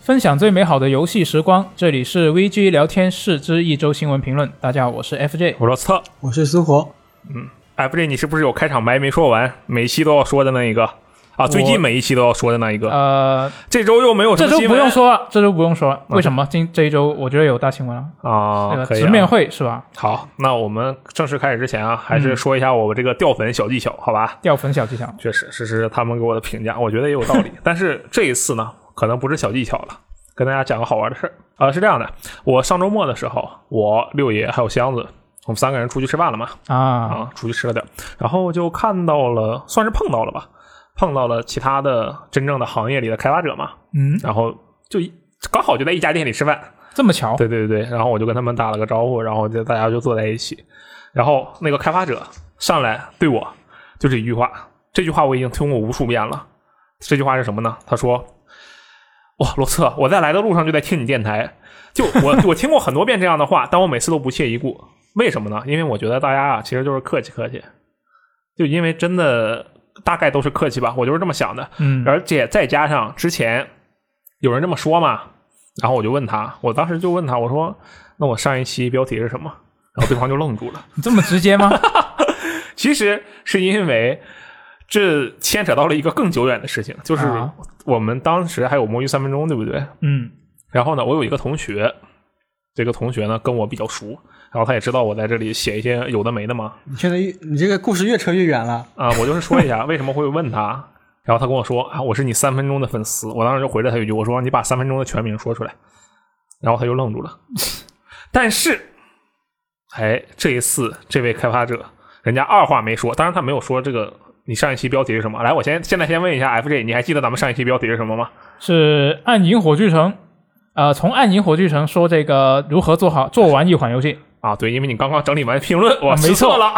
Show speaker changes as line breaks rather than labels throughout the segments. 分享最美好的游戏时光，这里是 VG 聊天室之一周新闻评论。大家好，我是 FJ。
我说测，
我是苏活，
哎，不对，你是不是有开场白没说完？每期都要说的那一个啊，最近每一期都要说的那一个。
呃，
这周又没哦有什
这
么
周
新
不
闻
用说了，这周不用说了。为什么？今这一周我觉得有大新闻了，那
啊，
个
可以
直
啊。
面会是吧？
好，那我们正式开始之前啊，还
嗯
是说一下我这个掉粉小技巧，好吧？
掉粉小技巧，
确实，这是他们给我的评价，我觉得也有道理。但是这一次呢，可能不是小技巧了，跟大家讲个好玩的事儿。呃，是这样的，我上周末的时候，我六爷还有箱子，我们三个人出去吃饭了嘛，
啊，
啊，出去吃了点儿，然后就看到了，算是碰到了吧，碰到了其他的真正的行业里的开发者嘛，
嗯，
然后就一刚好就在一家店里吃饭，
这么巧，
对对对，然后我就跟他们打了个招呼，然后就大家就坐在一起，然后那个开发者上来对我就这一句话，这句话我已经听过无数遍了。这句话是什么呢？他说：“哇，罗策，我在来的路上就在听你电台，就我 我听过很多遍这样的话，但我每次都不屑一顾。为什么呢？因为我觉得大家啊，其实就是客气客气，就因为真的大概都是客气吧，我就是这么想的。
嗯，
而且再加上之前有人这么说嘛，然后我就问他，我当时就问他，我说：“那我上一期标题是什么？”然后对方就 愣住了。
你这么直接 吗？
其实是因为这牵扯到了一个更久远的事情，就是
啊
我们当时还有魔芋三分钟，对不对？
嗯
然后呢，我有一个同学，这个同学呢跟我比较熟，然后他也知道我在这里写一些有的没的嘛，
你现在越你这个故事越扯越远了。
啊，我就是说一下为什么会问他，然后他跟我说啊，我是你三分钟的粉丝，我当时就回了他一句，我说你把三分钟的全名说出来，然后他就愣住了。但是，哎，这一次这位开发者，人家二话没说，当然他没有说这个你上一期标题是什么。来，我先现在先问一下 FJ，你还记得咱们上一期标题是什么吗？
是《暗影火炬城》。呃，从《暗影火炬城》说这个如何做好做完一款游戏，
啊，对，因为你刚刚整理完评论，我
啊没
没错了。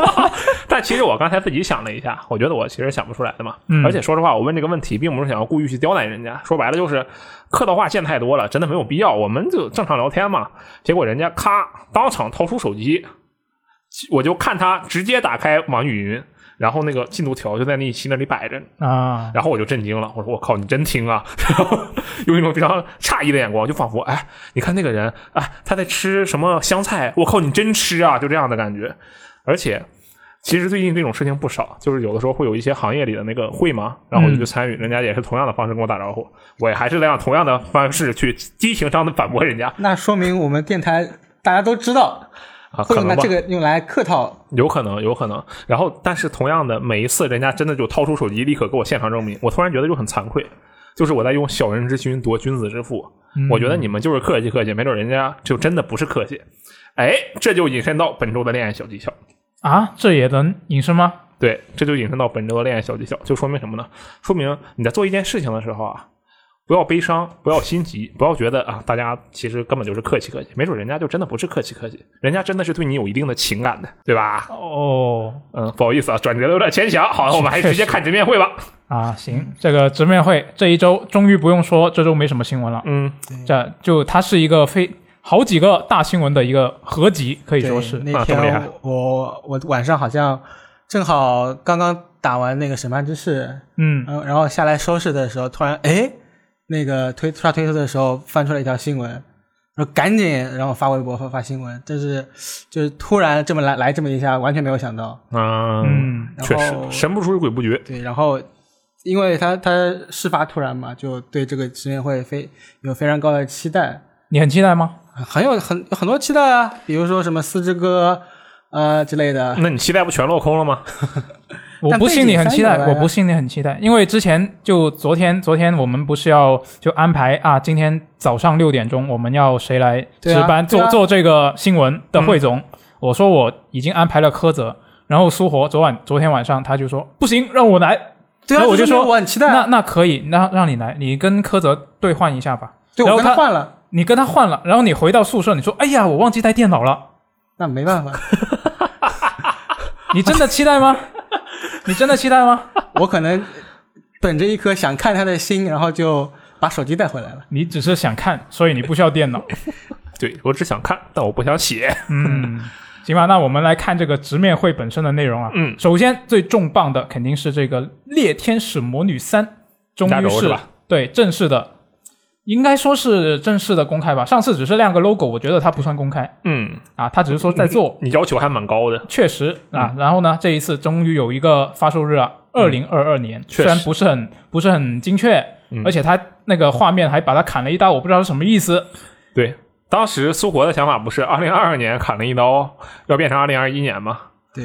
但其实我刚才自己想了一下，我觉得我其实想不出来的嘛。
嗯
而且说实话，我问这个问题，并不是想要故意去刁难人家，说白了就是客套话见太多了，真的没有必要。我们就正常聊天嘛。结果人家咔当场掏出手机，我就看他直接打开网易云，然后那个进度条就在那一期那里摆着，
啊，
然后我就震惊了，我说我靠，你真听啊！ 然后用一种非常诧异的眼光，就仿佛哎，你看那个人，哎，他在吃什么香菜？我靠，你真吃啊！就这样的感觉。而且，其实最近这种事情不少，就是有的时候会有一些行业里的那个会嘛，然
嗯
后我就去参与，人家也是同样的方式跟我打招呼，我也还是那样同样的方式去低情商的反驳人家
那说明我们电台大家都知道，
啊，
会
可
拿
能吧
这。个用来客套。
有可能，有可能。然后，但是同样的，每一次人家真的就掏出手机，立刻给我现场证明，我突然觉得就很惭愧，就是我在用小人之心夺君子之腹。我觉得你们就是客气客气，没准人家就真的不是客气。哎，这就引申到本周的恋爱小技巧。
啊，这也能隐身吗？
对，这就引申到本周的恋爱小技巧，就说明什么呢？说明你在做一件事情的时候啊，不要悲伤，不要心急，不要觉得啊，大家其实根本就是客气客气，没准人家就真的不是客气客气，人家真的是对你有一定的情感的，对吧？
哦，
嗯，不好意思啊，转折的有点牵强。 好，我们还是直接看直面会吧。
啊，
嗯
行，这个直面会这一周终于不用说，这周没什么新闻了。
嗯，
这就它是一个非好几个大新闻的一个合集，可以
对
说是
那
啊这么厉害
天我我晚上好像正好刚刚打完那个《审判之誓》，
嗯
嗯，然后下来收拾的时候，突然哎，那个推刷推特的时候翻出来一条新闻，然后赶紧然后发微博发发新闻，但是就是突然这么来来这么一下，完全没有想到。
啊，
嗯
确
然后
实，神不出鬼不觉。
对，然后因为他他事发突然嘛，就对这个直面会非有非常高的期待，
你很期待吗？
很有很有很多期待啊，比如说什么四之歌呃之类
嗯
的。
那你期待不全落空了吗？
我不信你很期
背景
待，
翻译
我
了呀
不信你很期待，因为之前就昨天，昨天我们不是要就安排啊，今天早上六点钟我们要谁来值
对啊
班、
对
做
啊嗯
做这个新闻的汇总，我说我已经安排了柯泽，然后苏活昨晚昨天晚上他就说不行，让我来，
对
那
啊，
我就
这
说
我很期待
那
啊，
那可以，那让你来，你跟柯泽兑换一下吧，
对
然
我
后
跟他
他
换了，
你跟他换了，然后你回到宿舍，你说哎呀，我忘记带电脑了，
那没办法，
你真的期待吗？你真的期待吗？
我可能本着一颗想看他的心，然后就把手机带回来了。
你只是想看，所以你不需要电脑。
对我只想看，但我不想写。
嗯，行吧，那我们来看这个直面会本身的内容啊。
嗯，
首先最重磅的肯定是这个《猎天使魔女三》终
压
于
轴是吧
对正式的应该说是正式的公开吧。上次只是亮个 logo，我觉得它不算公开
嗯，
啊，它只是说在做，
你要求还蛮高的，
确实
嗯
啊。然后呢，这一次终于有一个发售日了，二零二二年，虽
确实
然不是很不是很精确，
嗯
而且它那个画面还把它砍了一刀，我不知道是什么意思。
对。当时苏活的想法不是二零二二年砍了一刀，要变成二零二一年吗？
对，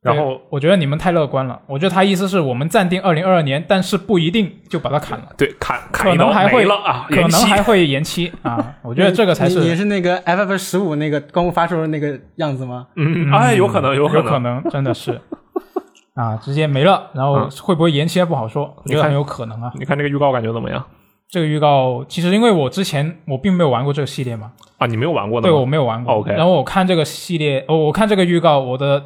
然后
我觉得你们太乐观了，我觉得他意思是我们暂定二零二二年，但是不一定就把它砍了，
对砍
可
砍一刀
能还
没
会
了啊，
可
延
能
期
还会延期啊。 我觉得这个才
你你
是
是那个 FF 十五那个公布发售的那个样子吗？
嗯，哎，有可能，有可
有
能
可，能，真的是啊，直接没了。然后
嗯
会不会延期还不好说，我觉
你
得
看
很有可能啊。
你看这个预告感觉怎么样
这个预告其实因为我之前我并没有玩过这个系列嘛，
啊？你没有玩过的
对
吗？
我没有玩过。
OK
然后我看这个系列，哦，我看这个预告，我的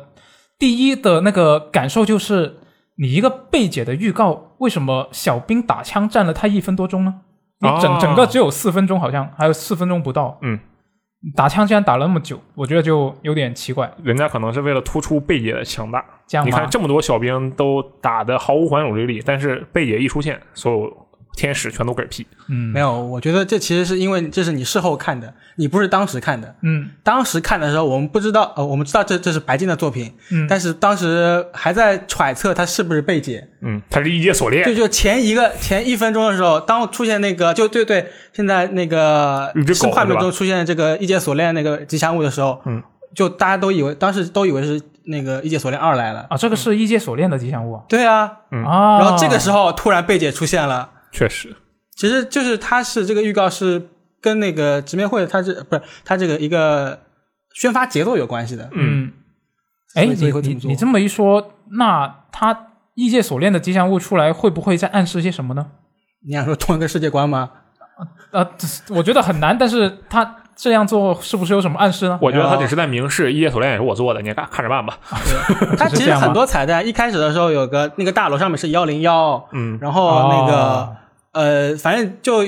第一的那个感受就是，你一个贝姐的预告，为什么小兵打枪占了他一分多钟呢？你整、
哦
整个只有四分钟，好像还有四分钟不到。
嗯，
打枪竟然打了那么久，我觉得就有点奇怪。
人家可能是为了突出贝姐的强大。
这样
你看
吗？
这么多小兵都打得毫无还手之力，但是贝姐一出现，所有天使全都嗝屁。
嗯，
没有，我觉得这其实是因为这是你事后看的，你不是当时看的。
嗯
当时看的时候，我们不知道，呃，我们知道这这是白敬的作品，
嗯，
但是当时还在揣测他是不是贝姐。
嗯，他是异界锁链
就，就前一个前一分钟的时候，当出现那个，就对对，现在那个
一只狗
生化
是吧
本中出现这个异界锁链那个吉祥物的时候，
嗯，
就大家都以为当时都以为是那个异界锁链二来了。
啊，这个是异界锁链的吉祥物啊。
对啊，
嗯
啊，
然后这个时候突然贝姐出现了。
确实，
其实就是它是这个预告是跟那个直面会，它是不是它这个一个宣发节奏有关系的？
嗯，
嗯，哎，
所以所
你
以会这
你
么做
你这么一说，那他异界锁链的吉祥物出来，会不会在暗示些什么呢？
你想说同一个世界观吗？
呃，这是我觉得很难，但是他这样做是不是有什么暗示呢？
我觉得他只是在明示异界锁链也是我做的，你看看着办吧。
它
是这
其实
样吗
很多彩蛋，一开始的时候有个那个大楼上面是幺零幺，
嗯，
然后那个、
哦
呃，反正就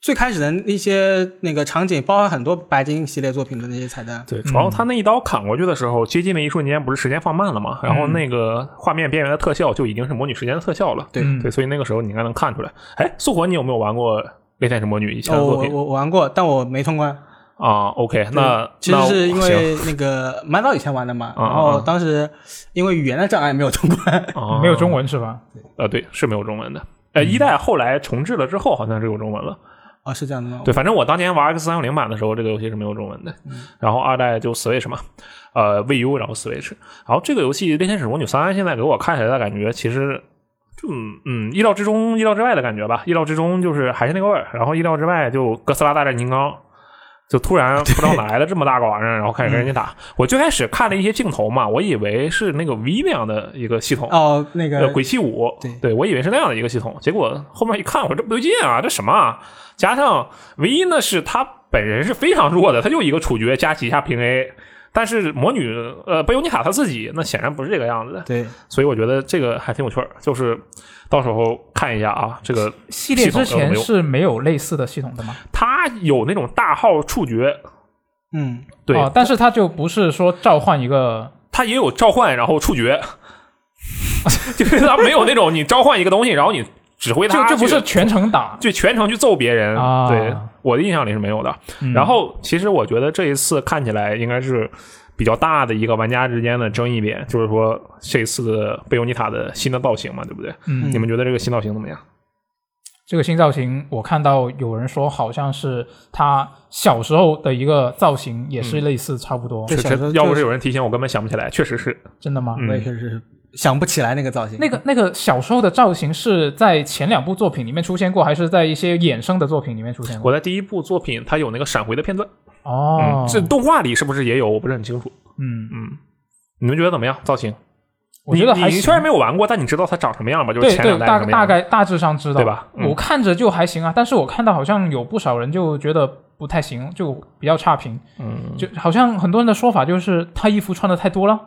最开始的一些那个场景，包含很多白金系列作品的那些彩蛋。
对，主要他那一刀砍过去的时候，接近的一瞬间不是时间放慢了吗？然后
嗯
那个画面边缘的特效就已经是模拟时间的特效了。
对
嗯
对，所以那个时候你应该能看出来。哎，素火，你有没有玩过《雷电神魔女》以前
哦，
的
我
作
我
品
我玩过，但我没通关。
啊？OK，那
其实
那
是因
行
为那个蛮早以前玩的嘛，
嗯
然后当时因为语言的障碍没有通关。
啊
没有中文是吧？
呃，对，是没有中文的。呃，一代后来重置了之后，好像是有中文了。
哦，是这样的吗？
对，反正我当年玩 X 三六零版的时候，这个游戏是没有中文的。然后二代就 Switch 嘛，呃，VU 然后 Switch。然后这个游戏《猎天使魔女三》现在给我看起来的感觉，其实就嗯嗯意料之中、意料之外的感觉吧。意料之中就是还是那个味儿，然后意料之外就哥斯拉大战金刚。就突然不知道哪来的这么大个玩意儿，然后开始跟人家打。我最开始看了一些镜头嘛，我以为是那个 V 那样的一个系统，
哦，那
呃，
个
鬼泣五，
对
我以为是那样的一个系统，结果后面一看，我说这不对劲啊，这什么啊？加上唯一呢是他本人是非常弱的，他就一个处决加旗下平 A，但是魔女呃贝尤尼卡她自己那显然不是这个样子的，
对，
所以我觉得这个还挺有趣儿，就是到时候看一下啊，这个
系列之
系统有
前
没有
是没有类似的系统的吗？
他有那种大号处决，
嗯，
对，
哦，但是他就不是说召唤一个
他也有召唤然后处决， 就是他没有那种你召唤一个东西，然后你指挥
就
他
就不
去
是全程打，
就全程去揍别人。
啊
对，我的印象里是没有的。
嗯
然后，其实我觉得这一次看起来应该是比较大的一个玩家之间的争议点，就是说这次的贝欧尼塔的新的造型嘛，对不对？
嗯
你们觉得这个新造型怎么样？
这个新造型，我看到有人说好像是他小时候的一个造型，也
嗯
是类似差不多，
对
这
小时
这
候
要不
就是
有人提醒我，根本想不起来。确实是，
真的吗？
嗯
我也确实是想不起来那个造型。
那个那个小时候的造型是在前两部作品里面出现过，还是在一些衍生的作品里面出现过？
我在第一部作品它有那个闪回的片段，
哦
嗯，，这动画里是不是也有？我不是很清楚。
嗯，
嗯，你们觉得怎么样？造型？
我觉得
你
还
你
行
虽然没有玩过，但你知道它长什么样吧？就是
对
前两
对，
代
大
什么
大
样
概大致上知道
对吧嗯
我看着就还行啊，但是我看到好像有不少人就觉得不太行，就比较差评，
嗯，
就好像很多人的说法就是他衣服穿的太多了。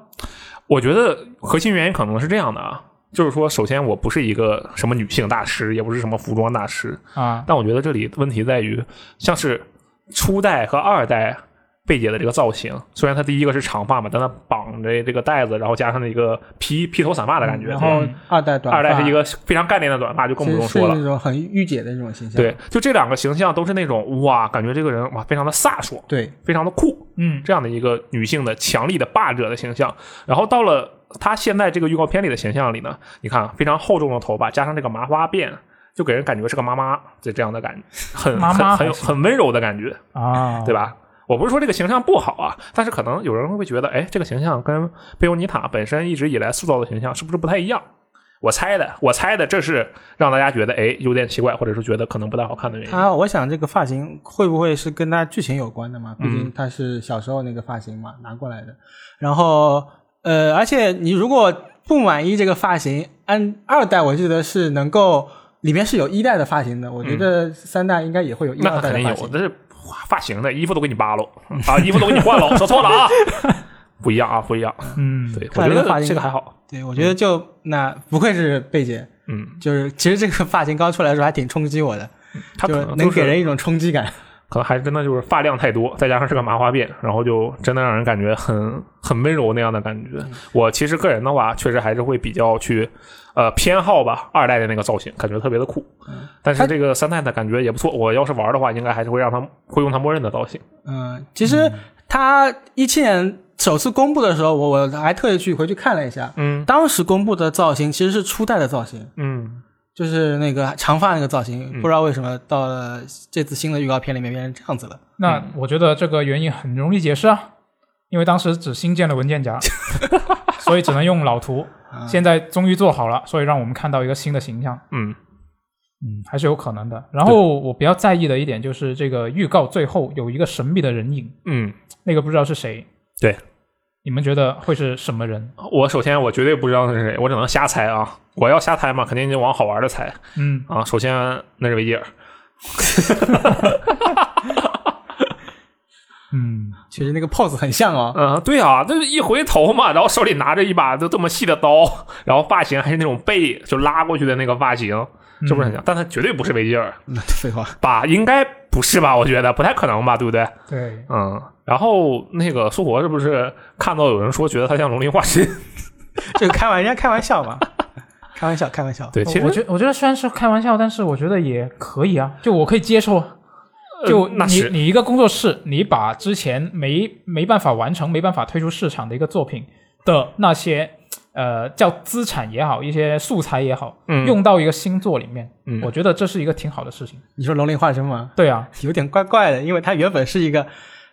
我觉得核心原因可能是这样的啊，就是说，首先我不是一个什么女性大师，也不是什么服装大师，
啊，
但我觉得这里问题在于，像是初代和二代贝姐的这个造型，虽然她第一个是长发嘛，但她绑着这个带子，然后加上那个披披头散发的感觉。
嗯然后二代短发，
二代是一个非常概念的短发，就更
其
不
实
用
是
说了
那。种很御姐的那种形象。
对，就这两个形象都是那种哇，感觉这个人哇非常的飒爽，
对，
非常的酷，
嗯，
这样的一个女性的强力的霸者的形象。然后到了她现在这个预告片里的形象里呢，你看非常厚重的头发，加上这个麻花辫，就给人感觉是个妈妈这这样的感觉，很
妈妈
很很有
还行
很温柔的感觉，
啊，
对吧？我不是说这个形象不好啊，但是可能有人会觉得，哎，这个形象跟贝欧妮塔本身一直以来塑造的形象是不是不太一样？我猜的，我猜的，这是让大家觉得哎有点奇怪，或者是觉得可能不太好看的原因。
他，我想这个发型会不会是跟他剧情有关的嘛？毕
嗯
竟他是小时候那个发型嘛，拿过来的。然后，呃，而且你如果不满意这个发型，按二代我记得是能够里面是有一代的发型的，我觉得三代应该也会有一
嗯那
二
肯
代的
定
发
有，
型。
这是发型的，衣服都给你 扒喽啊，衣服都给你换喽，说错了啊，不一样啊，不一样。
嗯，
对，我
看
觉
来这个发
得
型
这个还好，
对，我觉得就那不愧是贝姐，
嗯，
就是其实这个发型刚出来的时候还挺冲击我的，
他可
就
能
能
就
给
是
人一种冲击感。
可能还真的就是发量太多，再加上是个麻花辫，然后就真的让人感觉很很温柔那样的感觉。
嗯
我其实个人的话，确实还是会比较去呃偏好吧二代的那个造型，感觉特别的酷。
嗯
但是这个三代的感觉也不错，我要是玩的话，应该还是会让他会用他默认的造型。
嗯，其实他一七年首次公布的时候，我我还特意去回去看了一下，
嗯
当时公布的造型其实是初代的造型，
嗯
就是那个长发那个造型，
嗯
不知道为什么到了这次新的预告片里面变成这样子了。
那
嗯
我觉得这个原因很容易解释啊，因为当时只新建了文 件夹，所以只能用老图。
啊
现在终于做好了，所以让我们看到一个新的形象，
嗯
嗯，还是有可能的。然后我比较在意的一点就是这个预告最后有一个神秘的人影，
嗯，
那个不知道是谁。
对，
你们觉得会是什么人？
我首先我绝对不知道是谁，我只能瞎猜啊。我要瞎猜嘛，肯定就往好玩的猜
嗯，
啊。首先那是维吉尔，
嗯，
其实那个 pose 很 像哦，
嗯，对啊，就是一回头嘛，然后手里拿着一把就这么细的刀，然后发型还是那种背就拉过去的那个发型，是不是
嗯
很像？但他绝对不是维吉尔
嗯废话，
吧？应该不是吧？我觉得不太可能吧，对不对？
对，
嗯，然后那个苏活是不是看到有人说觉得他像龙鳞化身？
这个开玩人家开玩笑嘛， 开玩笑，开玩笑。
对，其
我
实
觉我觉得虽然是开玩笑，但是我觉得也可以啊，就我可以接受啊。
呃
就
那
你
是
你一个工作室，你把之前没没办法完成、没办法推出市场的一个作品的那些呃叫资产也好，一些素材也好，
嗯
用到一个新作里面，
嗯
我觉得这是一个挺好的事情。
你说龙鳞化身吗？
对啊，
有点怪怪的，因为它原本是一个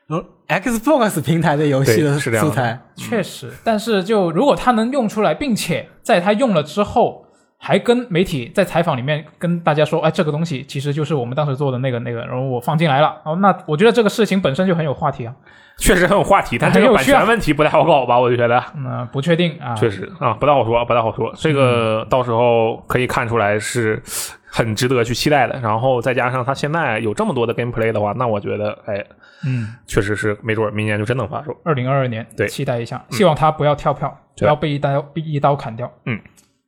龙 Xbox 平台的游戏
对
的
是这样
素
的
材，
确实，但是就如果他能用出来，并且在他用了之后。还跟媒体在采访里面跟大家说，哎，这个东西其实就是我们当时做的那个那个，然后我放进来了。哦，那我觉得这个事情本身就很有话题啊。
确实很有话题，但这
很
个
有
版
趣啊
权问题不太好搞吧？我就觉得。
嗯、不确定啊。嗯
确实啊，不太好说，不太好说。这个到时候可以看出来是很值得去期待的。然后再加上它现在有这么多的 gameplay 的话，那我觉得，哎，
嗯，
确实是没准儿明年就真能发售。
二零二二年，
对嗯
期待一下，希望他不要跳票，
对
不要被一刀被一刀砍掉。
嗯，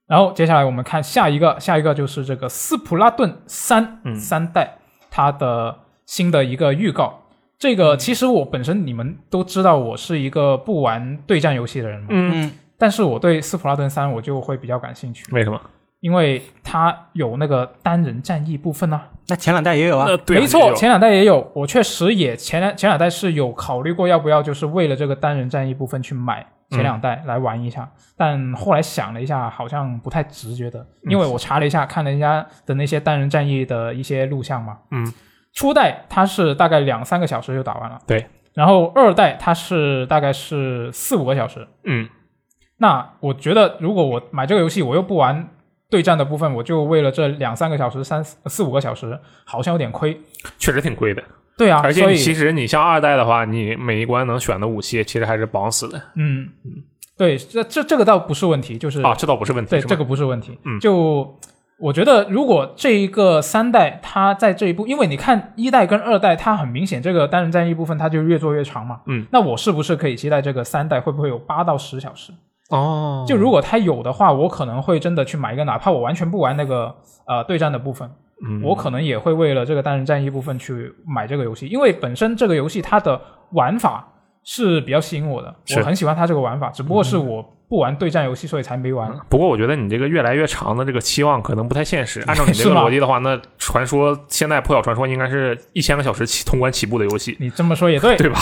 然后接下来我们看下一个，下一个就是这个斯普拉顿三、
嗯
三代它的新的一个预告。这个
嗯
其实我本身你们都知道，我是一个不玩对战游戏的人嘛，
嗯，
嗯，
但是我对斯普拉顿三我就会比较感兴趣，
为什么？
因为它有那个单人战役部分啊。
那前两代也有啊
那，对啊，
没
也
错，
有
前两代也有，我确实也前两前两代是有考虑过要不要就是为了这个单人战役部分去买
嗯
前两代来玩一下，但后来想了一下，好像不太直觉的，
嗯
因为我查了一下，看了人家的那些单人战役的一些录像嘛，
嗯，
初代它是大概两三个小时就打完了，
对，
然后二代它是大概是四五个小时，
嗯，
那我觉得，如果我买这个游戏，我又不玩对战的部分，我就为了这两三个小时、三四五个小时，好像有点亏。
确实挺贵的。
对啊，
而且
所
你
以
其实你像二代的话，你每一关能选的武器其实还是绑死的
嗯，对，这这这个倒不是问题，就是、
啊，这倒不是问题。
对
是吗
这个不是问题。
嗯
就我觉得，如果这一个三代它在这一步，因为你看一代跟二代，它很明显这个单人战役部分它就越做越长嘛。
嗯，
那我是不是可以期待这个三代会不会有八到十小时？
哦，
就如果它有的话，我可能会真的去买一个，哪怕我完全不玩那个呃对战的部分，
嗯，
我可能也会为了这个单人战役部分去买这个游戏，因为本身这个游戏它的玩法是比较吸引我的，
是嗯
我很喜欢它这个玩法，只不过是我不玩对战游戏，所以才没玩。
不过我觉得你这个越来越长的这个期望可能不太现实。按照你 这
是
个
吗
逻辑的话，那传说现在《破晓传说》应该是一千个小时起通关起步的游戏，
你这么说也对，
对吧？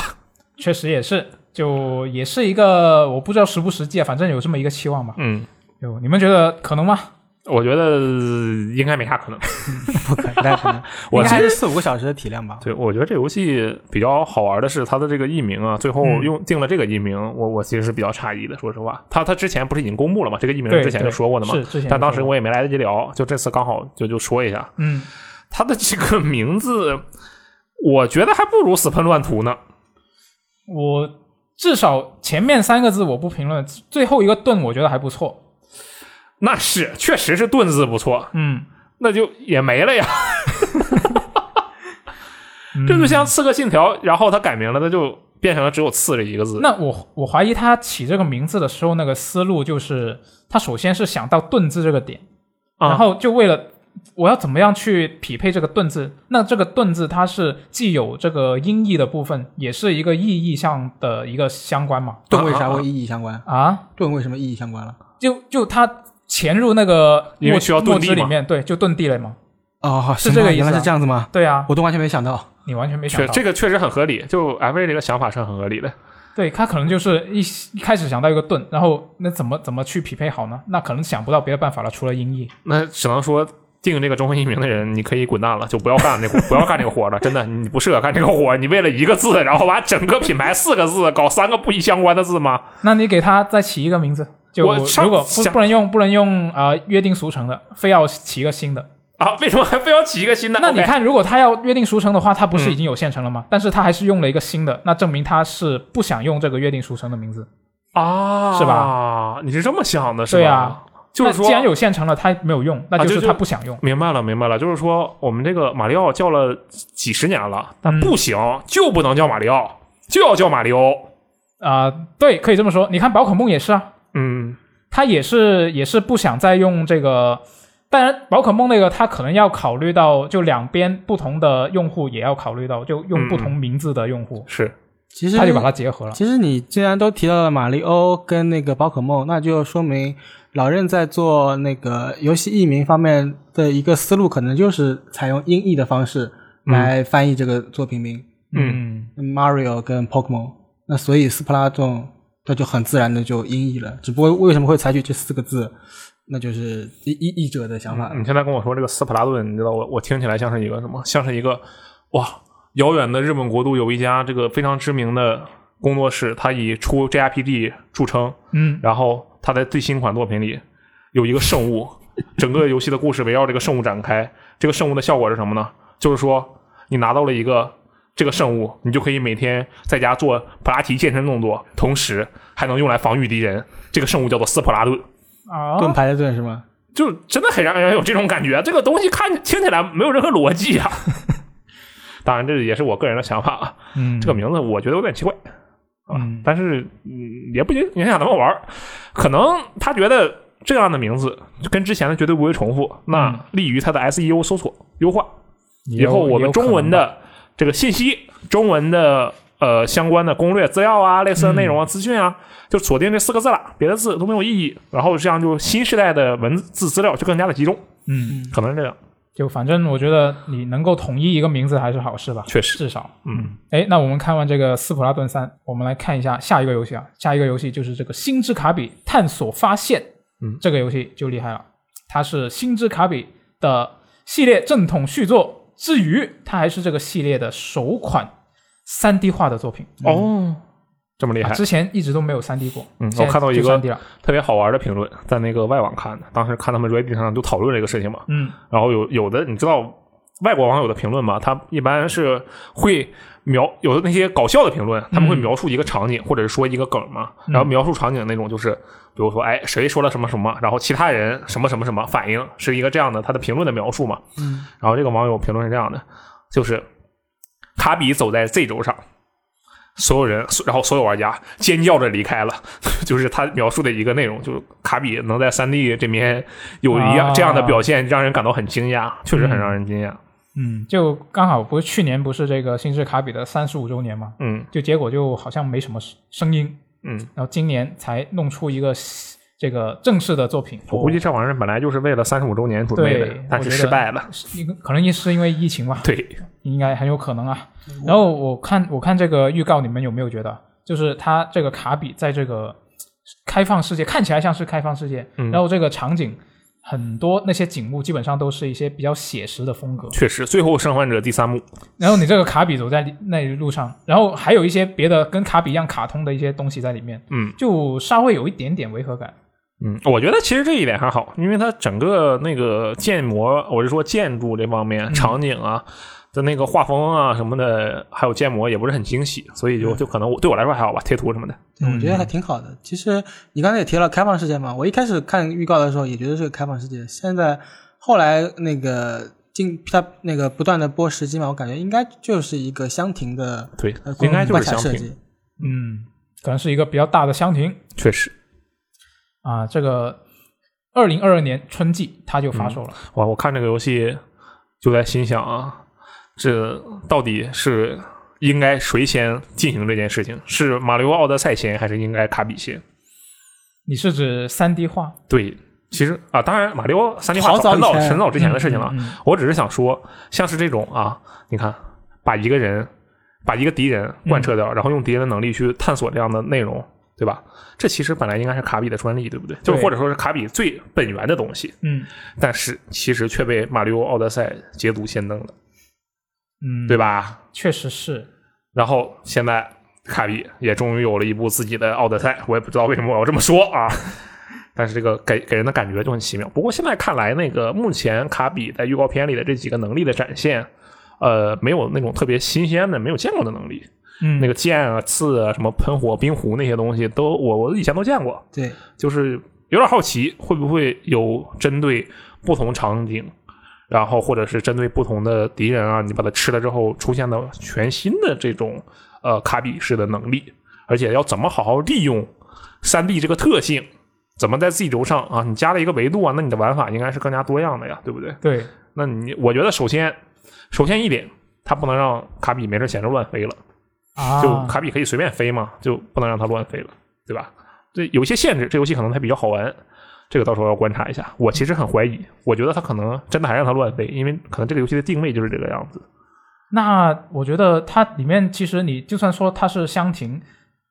确实也是，就也是一个我不知道实不实际啊，反正有这么一个期望吧。
嗯，
就你们觉得可能吗？
我觉得呃应该没啥 可能。
不可能，不太可 能，
我
应该还是四五个小时的体量吧。
对，我觉得这游戏比较好玩的是它的这个译名啊，最后
嗯
用定了这个译名，我我其实是比较诧异的，说实话。它它之前不是已经公布了吗？这个译名
对
之前就
对
说过的嘛。
是之前
但当时
说过
我也没来得及聊，就这次刚好就就说一下，
嗯，
它的这个名字，我觉得还不如《死喷乱涂》呢。
我至少前面三个字我不评论，最后一个盾我觉得还不错。
那是，确实是盾字不错，
嗯，
那就也没了呀。
嗯
这就像《刺客信条》，然后它改名了，它就变成了只有“刺”这一个字。
那我我怀疑他起这个名字的时候，那个思路就是他首先是想到“盾”字这个点，
啊
然后就为了我要怎么样去匹配这个“盾”字，那这个“盾”字它是既有这个音译的部分，也是一个意义上的一个相关嘛？
盾为
啊
啥
啊啊
会意义相关？
啊，
盾为什么意义相关了？
就就他潜入那个
因为
墨
需要遁地
墨汁
嘛
里面，对，就遁地了嘛？
哦，
是
行
这
吧
个意思
原来
啊
是这样子吗？
对啊，
我都完全没想到。
你完全没想
确
到，
这个确实很合理，就 F A 这个想法是很合理的。
对他可能就是一一开始想到一个盾，然后那怎么怎么去匹配好呢？那可能想不到别的办法了，除了音译。
那只能说定这个中文译名的人，你可以滚蛋了，就不要干这个不要干这个活了。真的，你不适合干这个活。你为了一个字，然后把整个品牌四个字搞三个不相关的字吗？
那你给他再起一个名字，就
我上
如果不
想
不能用不能用啊、呃约定俗成的，非要起一个新的。
啊，为什么还非要起一个新的？
那你
OK 嗯
看，如果他要约定俗成的话，他不是已经有现成了吗？但是他还是用了一个新的，那证明他是不想用这个约定俗成的名字。
啊，
是
吧？你是这么想的，是吧？
对啊
就是
那
说，
既然有现成了，他没有用，那
啊
就是
就
他不想用。
明白了，明白了，就是说我们这个马里奥叫了几十年了，但
嗯
不行，就不能叫马里奥，就要叫马里欧。
啊、对，可以这么说。你看宝可梦也是啊，
嗯，
他也是也是不想再用这个。当然，宝可梦那个他可能要考虑到，就两边不同的用户也要考虑到，就
嗯
用不同名字的用户，
是
其实
他就把它结合了。
其实你既然都提到了马里欧跟那个宝可梦，那就说明老任在做那个游戏译名方面的一个思路，可能就是采用音译的方式来翻译这个作品名、
嗯
Mario 跟 Pokemon。那所以斯普拉顿它就很自然的就音译了，只不过为什么会采取这四个字，那就是译译译者的想法。
啊你现在跟我说这个斯普拉顿，你知道我我听起来像是一个什么？像是一个哇，遥远的日本国度有一家这个非常知名的工作室，它以出 JRPG 著称，
嗯，
然后它在最新款作品里有一个圣物，整个游戏的故事围绕这个圣物展开。这个圣物的效果是什么呢？就是说你拿到了一个这个圣物，你就可以每天在家做普拉提健身动作，同时还能用来防御敌人。这个圣物叫做斯普拉顿。
啊，
哦
盾牌的盾是吗？
就真的很让人有这种感觉。啊这个东西看听起来没有任何逻辑啊。 当然，这也是我个人的想法啊。
嗯，
这个名字我觉得有点奇怪，啊
嗯
但是嗯，也不影影响咱们玩儿。可能他觉得这样的名字跟之前的绝对不会重复，那利于他的 SEO 搜索优化。以后我们中文的这个信息，中文的呃相关的攻略资料啊，类似的内容啊、资讯啊，就锁定这四个字了，别的字都没有意义。然后这样就新时代的文字资料就更加的集中，
嗯，
可能是这样。
就反正我觉得你能够统一一个名字还是好事吧，
确实
至少。
嗯，
哎，那我们看完这个《斯普拉顿三》，我们来看一下下一个游戏啊，下一个游戏就是这个《星之卡比：探索发现》。
嗯
这个游戏就厉害了，它是《星之卡比》的系列正统续作，至于它还是这个系列的首款3 D 化的作品。
哦，这么厉害
啊，之前一直都没有3 D 过。
嗯
现在
我看到一
就
个
3D 了。
特别好玩的评论，在那个外网看的，当时看他们 Reddit 上就讨论这个事情嘛，
嗯，
然后有有的你知道外国网友的评论吗？他一般是会描有的那些搞笑的评论，他们会描述一个场景、或者是说一个梗嘛，
嗯
然后描述场景那种就是，比如说哎谁说了什么什么，然后其他人什么什么什么反应是一个这样的他的评论的描述嘛。
嗯，
然后这个网友评论是这样的，就是卡比走在 Z 轴上，所有人，然后所有玩家尖叫着离开了， 就是他描述的一个内容，就是卡比能在三 D 这边有一样
啊
这样的表现，让人感到很惊讶，确实很让人惊讶。
嗯，就刚好不是去年不是这个星之卡比的三十五周年嘛，
嗯
就结果就好像没什么声声音，
嗯，
然后今年才弄出一个这个正式的作品。哦
我估计这玩意儿本来就是为了三十五周年准备的
对，
但是失败了。
是因为可能也是因为疫情吧，
对，
应该很有可能啊。然后我看我看这个预告，你们有没有觉得，就是它这个卡比在这个开放世界看起来像是开放世界，
嗯
然后这个场景很多那些景物基本上都是一些比较写实的风格。
确实，最后《生还者》第三幕，
然后你这个卡比走在那一路上，然后还有一些别的跟卡比一样卡通的一些东西在里面，
嗯
就稍微有一点点违和感。
嗯，我觉得其实这一点还好，因为它整个那个建模，我是说建筑这方面、场景啊的那个画风啊什么的，还有建模也不是很惊喜，所以就就可能我对我来说还好吧，贴图什么的。
对我觉得
嗯
还挺好的。其实你刚才也提了开放世界嘛，我一开始看预告的时候也觉得是个开放世界，现在后来那个进它那个不断的播时机嘛，我感觉应该就是一个箱庭的
对
呃，
应该就是
关卡
相
设
平，
计。
嗯，可能是一个比较大的箱庭
确实。
啊。这个二零二二年春季它就发售了，
哇，我看这个游戏就在心想啊，这到底是应该谁先进行这件事情？是马里奥奥德赛先，还是应该卡比先？
你是指三 D 化？
对，其实啊，当然马里奥三 D 化
好
早
早
很早
以前
很早之前的事情了。
嗯嗯
我只是想说，像是这种啊，你看，把一个人，把一个敌人贯彻掉，然后用敌人的能力去探索这样的内容，对吧？这其实本来应该是卡比的专利，对不对？就
对
或者说是卡比最本源的东西，
嗯
但是其实却被马里奥奥德赛捷足先登了，
嗯，
对？吧？
确实是，
然后现在卡比也终于有了一部自己的奥德赛，我也不知道为什么我要这么说啊。但是这个给给人的感觉就很奇妙。不过现在看来，那个目前卡比在预告片里的这几个能力的展现，呃，没有那种特别新鲜的、没有见过的能力。
嗯，
那个剑啊、刺啊、什么喷火、冰壶那些东西都，我我以前都见过，
对，
就是有点好奇，会不会有针对不同场景，然后或者是针对不同的敌人啊，你把它吃了之后出现的全新的这种呃卡比式的能力，而且要怎么好好利用三 D 这个特性，怎么在 Z 轴上啊，你加了一个维度啊，那你的玩法应该是更加多样的呀，对不对？
对，
那你我觉得首先首先一点，它不能让卡比没事闲着乱飞了。
啊，
就卡比可以随便飞嘛，就不能让它乱飞了，对吧？这有一些限制，这游戏可能它比较好玩，这个到时候要观察一下。我其实很怀疑，我觉得它可能真的还让它乱飞，因为可能这个游戏的定位就是这个样子。
那我觉得它里面其实你就算说它是箱庭，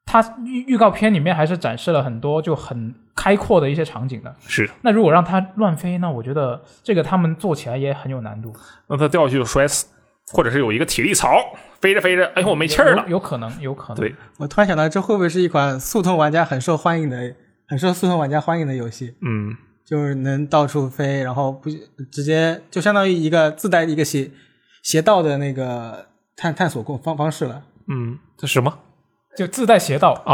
它预预告片里面还是展示了很多就很开阔的一些场景的。
是，
那如果让它乱飞，那我觉得这个他们做起来也很有难度。
那它掉下去就摔死，或者是有一个体力槽，飞着飞着，哎呦我没气儿了
有，有可能，有可能。
对，
我突然想到，这会不会是一款速通玩家很受欢迎的、很受速通玩家欢迎的游戏？
嗯，
就是能到处飞，然后不直接就相当于一个自带一个斜斜道的那个探探索过方方式了。
嗯，这什么？
就自带邪道。
哦哦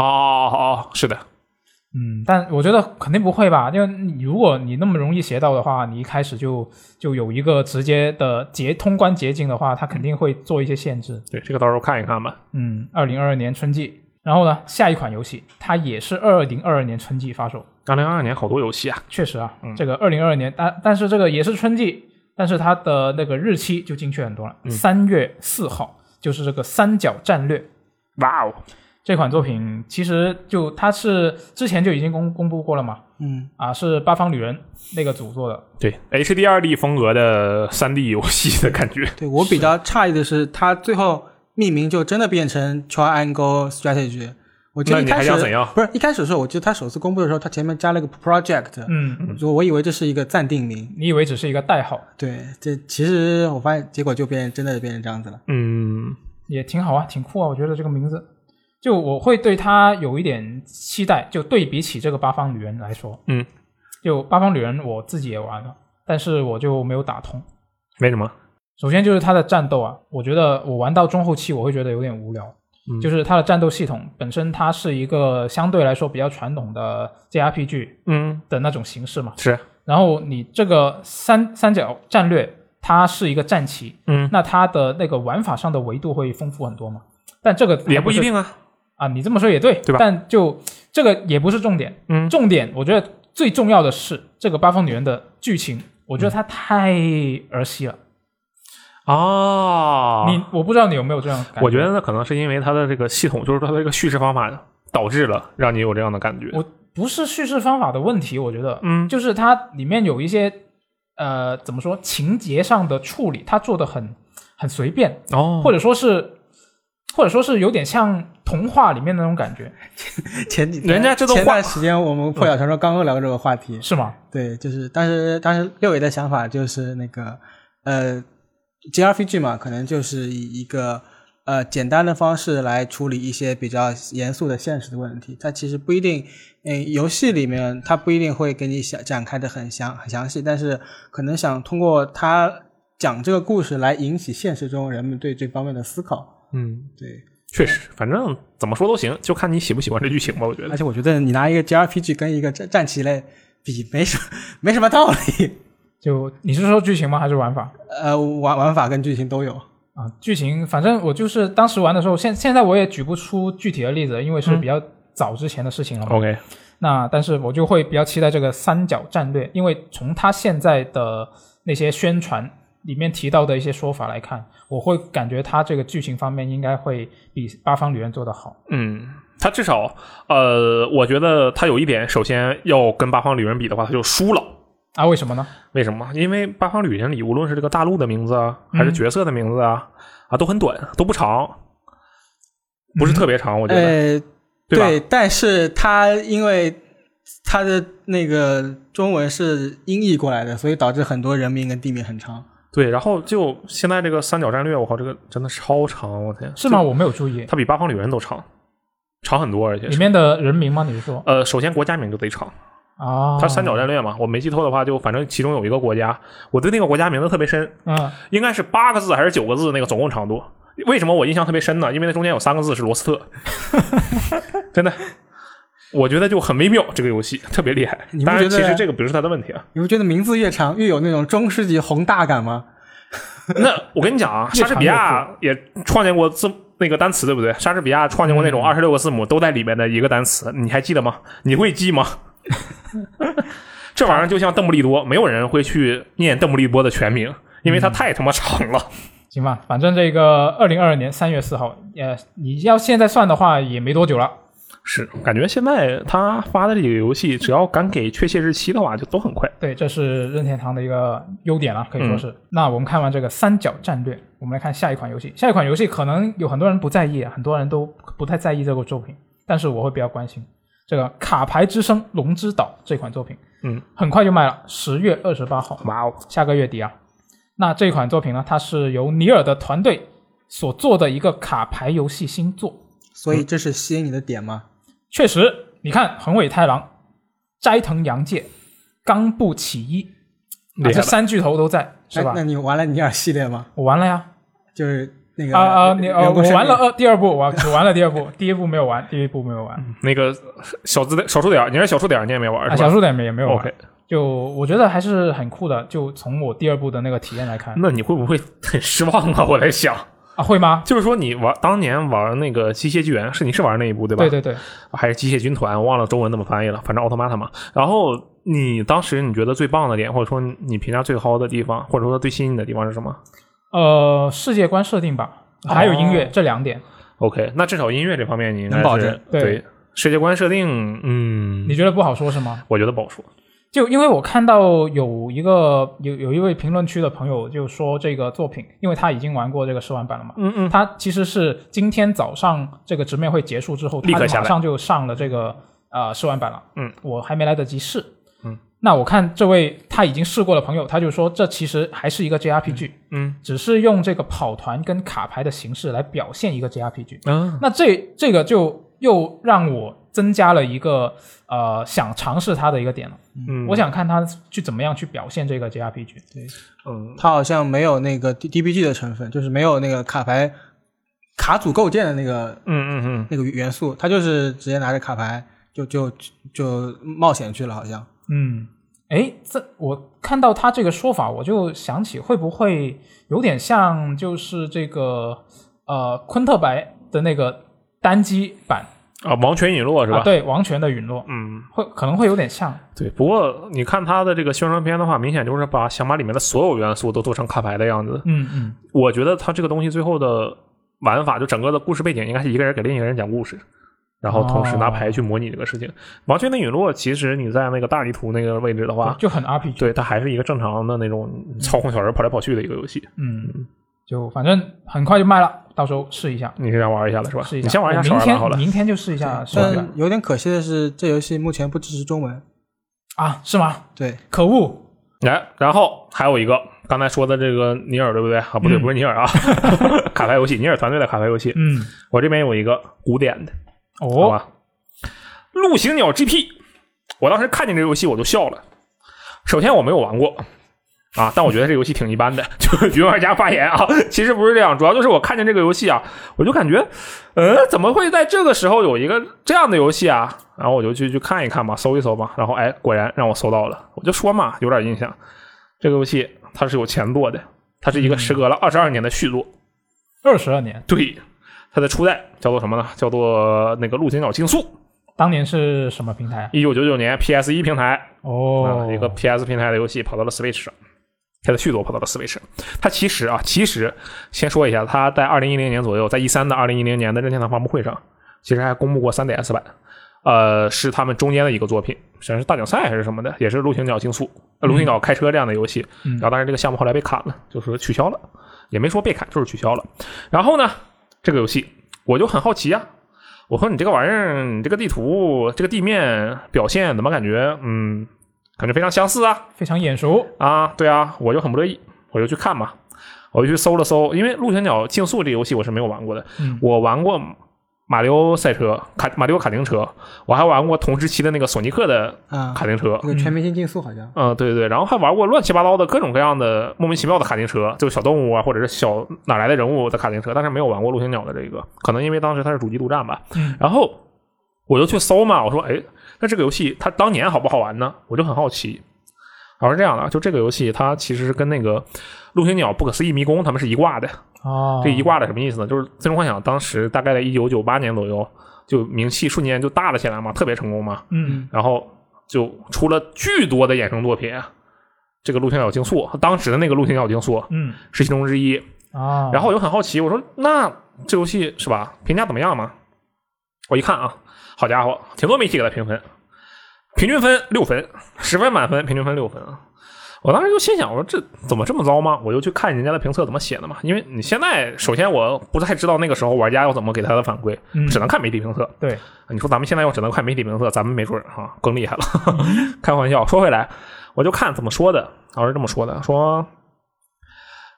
哦哦，是的，
嗯，但我觉得肯定不会吧，因为你如果你那么容易邪道的话，你一开始就就有一个直接的捷通关捷径的话，它肯定会做一些限制。
对，这个到时候看一看吧。
嗯，二零二二年春季。然后呢，下一款游戏它也是二零二二年春季发售，
二零二二年好多游戏啊，
确实啊，
嗯
这个二零二二年，但但是这个也是春季，但是它的那个日期就精确很多了，
嗯
三、月四号就是这个《三角战略》
哇哦，
这款作品，其实就它是之前就已经公公布过了嘛，
嗯，
啊，是八方旅人那个组做的，
对，H D 二 D 风格的三 D 游戏的感觉，
对我比较诧异的是，它最后命名就真的变成 Triangle Strategy。我记
那
得一
你
开
还
始
想怎样？
不是一开始的时候，我记得它首次公布的时候，它前面加了个 Project，、
嗯，
就我以为这是一个暂定名。
你以为只是一个代号，
对，这其实我发现结果就变真的变成这样子了。
嗯，
也挺好啊，挺酷啊，我觉得这个名字，就我会对它有一点期待，就对比起这个八方旅人来说，
嗯，
就八方旅人我自己也玩了，但是我就没有打通。
没什么。
首先就是它的战斗啊，我觉得我玩到中后期我会觉得有点无聊，
嗯
就是它的战斗系统本身它是一个相对来说比较传统的 JRPG
嗯，
的那种形式嘛，
是，
然后你这个三三角战略它是一个战棋，
嗯，
那它的那个玩法上的维度会丰富很多嘛？但这个还
也不
是
一，定啊。
啊，你这么说也对，
对吧
但就这个也不是重点，
嗯
重点我觉得最重要的是这个八方女人的剧情，我觉得它太儿戏了。
啊，
你我不知道你有没有这样的感
我觉得那可能是因为它的这个系统，就是它的这个叙事方法导致了让你有这样的感觉。
我不是叙事方法的问题，我觉得，
嗯
就是它里面有一些呃怎么说情节上的处理，它做的很很随便，
哦
或者说是或者说是有点像童话里面那种感觉，
前几天
人家这都
前
画
段时间我们破晓传说刚刚聊过这个话题，
是吗？
对，就是当时当时六爷的想法就是那个呃 JRPG 嘛，可能就是以一个呃简单的方式来处理一些比较严肃的现实的问题。它其实不一定，嗯、游戏里面它不一定会给你想展开的很详很详细，但是可能想通过它讲这个故事来引起现实中人们对这方面的思考。
嗯，
对，
确实，反正怎么说都行，就看你喜不喜欢这剧情吧。我觉
而
得
且我觉得你拿一个 JRPG 跟一个战战棋类比，没什么没什么道理。
就你是说剧情吗？还是玩法？
呃，玩玩法跟剧情都有。
啊，剧情反正我就是当时玩的时候，现现在我也举不出具体的例子，因为
嗯
是比较早之前的事情了嘛。
OK，
那但是我就会比较期待这个三角战略，因为从他现在的那些宣传里面提到的一些说法来看，我会感觉他这个剧情方面应该会比《八方旅人》做得好。
嗯，他至少呃，我觉得他有一点，首先要跟八方旅人比的话，他就输了。
啊，为什么呢？
为什么？因为八方旅人里，无论是这个大陆的名字啊，还是角色的名字啊，啊，都很短，都不长，不是特别长，我觉得，
呃，
对吧？
但是它因为它的那个中文是音译过来的，所以导致很多人名跟地名很长。
对，然后就现在这个三角战略，我靠，这个真的超长，我天，
是吗？？我没有注意
它比八方旅人都长，长很多，而且
里
是。
面的人名吗？你是说
呃，首先国家名就贼长，
啊？
它
哦
三角战略嘛，我没记错的话，就反正其中有一个国家，我对那个国家名字特别深，
嗯
应该是八个字还是九个字那个总共长度。为什么我印象特别深呢？因为那中间有三个字是罗斯特， 真的，我觉得就很微妙，这个游戏特别厉害
你。不
当然，
觉
其
得
实这个不是它的问题啊。
你不觉得名字越长越有那种中世纪宏大感
嗯
吗？
那我跟你讲啊，
越长
莎士比亚也创建过字那个单词，对不对？莎士比亚创建过那种二十六个字母都在里面的一个单词，你还记得吗？你会记 吗？这玩意儿就像邓布利多，没有人会去念邓布利多的全名，因为他太他妈长了。
行吧，反正这个二零二二年三月四号，呃，你要现在算的话也没多久了。
是，感觉现在他发的这个游戏，只要敢给确切日期的话，就都很快。
对，这是任天堂的一个优点啊了，可以说是。那我们看完这个三角战略，我们来看下一款游戏。下一款游戏可能有很多人不在意，啊很多人都不太在意这个作品，但是我会比较关心这个《卡牌之声：龙之岛》这款作品。
嗯，
很快就卖了，十月二十八号，
哇哦，
下个月底啊。那这款作品呢，它是由尼尔的团队所做的一个卡牌游戏新作。
所以这是吸引你的点吗？
确实，你看横尾太郎、斋藤洋介、冈部起一，
厉害
啊这
了
三巨头都在，是吧
哎那？那你玩了尼尔系列吗？
我玩了呀，
就是那个
啊啊，你
人
呃，
工
我
生
玩了
命
呃第二部，我我玩了第二部，第一部没有玩，第一部没有玩，
那个小字小数点儿，你是小数点儿，你也没玩
啊，
嗯是吧
小数点也没有玩
OK，，
就我觉得还是很酷的。就从我第二部的那个体验来看，
那你会不会很失望啊？我在想，
啊，会吗？
就是说你玩当年玩那个机械纪元，是你是玩那一部对吧？
对对对，
还是机械军团，我忘了中文怎么翻译了，反正奥特曼他嘛。然后你当时你觉得最棒的点，或者说你评价最高的地方，或者说最吸引你的地方是什么
呃，世界观设定吧，
哦
还有音乐这两点，
？OK，那至少音乐这方面你应该
能保
是
证
对
对世界观设定，嗯，
你觉得不好说是吗？
我觉得不好说。
就因为我看到有一个有有一位评论区的朋友就说这个作品，因为他已经玩过这个试玩版了嘛，
嗯嗯，
他其实是今天早上这个直面会结束之后，
立
他
刻下
马
载
上就上了这个呃试玩版了。
嗯，
我还没来得及试。
嗯，
那我看这位他已经试过的朋友，他就说这其实还是一个 JRPG，
嗯
只是用这个跑团跟卡牌的形式来表现一个 JRPG。
啊，
那这这个就又让我增加了一个呃想尝试它的一个点了。
嗯，
我想看他去怎么样去表现这个 JRPG。
嗯，
它好像没有那个 D D B G 的成分，就是没有那个卡牌卡组构建的那个
嗯嗯嗯，
那个元素，他就是直接拿着卡牌就就就冒险去了，好像。
嗯，哎，这我看到他这个说法，我就想起会不会有点像就是这个呃昆特白的那个单机版
啊，王权陨落是吧？
啊，对《王权的陨落》
嗯，
会可能会有点像，
对。不过你看它的这个宣传片的话，明显就是把想把里面的所有元素都做成卡牌的样子。
嗯嗯，
我觉得它这个东西最后的玩法，就整个的故事背景应该是一个人给另一个人讲故事，然后同时拿牌去模拟这个事情。王权的陨落，其实你在那个大地图那个位置的话，
就很 RPG，
对，它还是一个正常的那种操控小人跑来跑去的一个游戏。
嗯，就反正很快就卖了，到时候试一下，
你先玩一下了是吧？
试一下。
你先玩一下
我
少
明
儿版好了
天。明天就试一下啊手
但
感
有点可惜的是，这游戏目前不支持中文。
啊，是吗？
对，
可恶！
来，哎然后还有一个刚才说的这个尼尔，对不对？啊，不对，
嗯
不是尼 尔啊，卡牌游戏，尼尔团队的卡牌游戏。
嗯，
我这边有一个古典的，好
哦，
吧，陆行鸟 GP，我当时看见这游戏我就笑了。首先我没有玩过啊，但我觉得这游戏挺一般的， 就是云玩家发言啊，其实不是这样，主要就是我看见这个游戏啊，我就感觉，呃，怎么会在这个时候有一个这样的游戏啊？然后我就去去看一看嘛，搜一搜嘛，然后哎，果然让我搜到了，我就说嘛，有点印象，这个游戏它是有前作的，它是一个时隔了二十二年的续作，
二十二年，
对，它的初代叫做什么呢？叫做那个陆行鸟竞速。
当年是什么平台啊？
一九九九年 PS 一平台啊、
哦，
一个 PS 平台的游戏跑到了 Switch 上，它的续作跑到了 Switch 上。它其实啊，其实先说一下，它在二零一零年左右，在一三的二零一零年的任天堂发布会上，其实还公布过 3DS 版，呃，是他们中间的一个作品，像是大奖赛还是什么的，也是陆行鸟竞速、呃陆行鸟开车这样的游戏。
嗯
然后，当然这个项目后来被砍了，就是取消了，也没说被砍，就是取消了。然后呢，这个游戏我就很好奇啊，我说你这个玩意儿，你这个地图、这个地面表现怎么感觉，嗯，感觉非常相似啊？
非常眼熟。
啊，对啊，我就很不乐意，我就去看嘛，我就去搜了搜，因为《陆行鸟竞速》这游戏我是没有玩过的，
嗯
我玩过马里奥赛车、卡马里奥卡丁车，我还玩过同时期的那个索尼克的
啊，
卡丁车，
那个全明星竞速好像。
嗯，对对对，然后还玩过乱七八糟的各种各样的莫名其妙的卡丁车，就是小动物啊，或者是小哪来的人物的卡丁车，但是没有玩过陆行鸟的这个，可能因为当时它是主机独占吧。
嗯
然后我就去搜嘛，我说，哎，那这个游戏它当年好不好玩呢？我就很好奇。我是这样的，就这个游戏它其实是跟那个陆行鸟不可思议迷宫他们是一挂的，
哦，
这一挂的什么意思呢？就是《最终幻想》当时大概在一九九八年左右，就名气瞬间就大了起来嘛，特别成功嘛。
嗯，
然后就出了巨多的衍生作品。啊这个《陆行鸟竞速》当时的那个《陆行鸟竞速》
嗯
是其中之一。
啊，
然后我就很好奇，我说那这游戏是吧？评价怎么样嘛？我一看啊，好家伙，挺多媒体给它评分，平均分六分，十分满分平均分六分啊。我当时就心想，我说这怎么这么糟吗？我就去看人家的评测怎么写的嘛，因为你现在首先我不太知道那个时候玩家要怎么给他的反馈，
嗯
只能看媒体评测。
对，
你说咱们现在要只能看媒体评测，咱们没准儿啊更厉害了。 开玩笑，说回来，我就看怎么说的，我是这么说的：说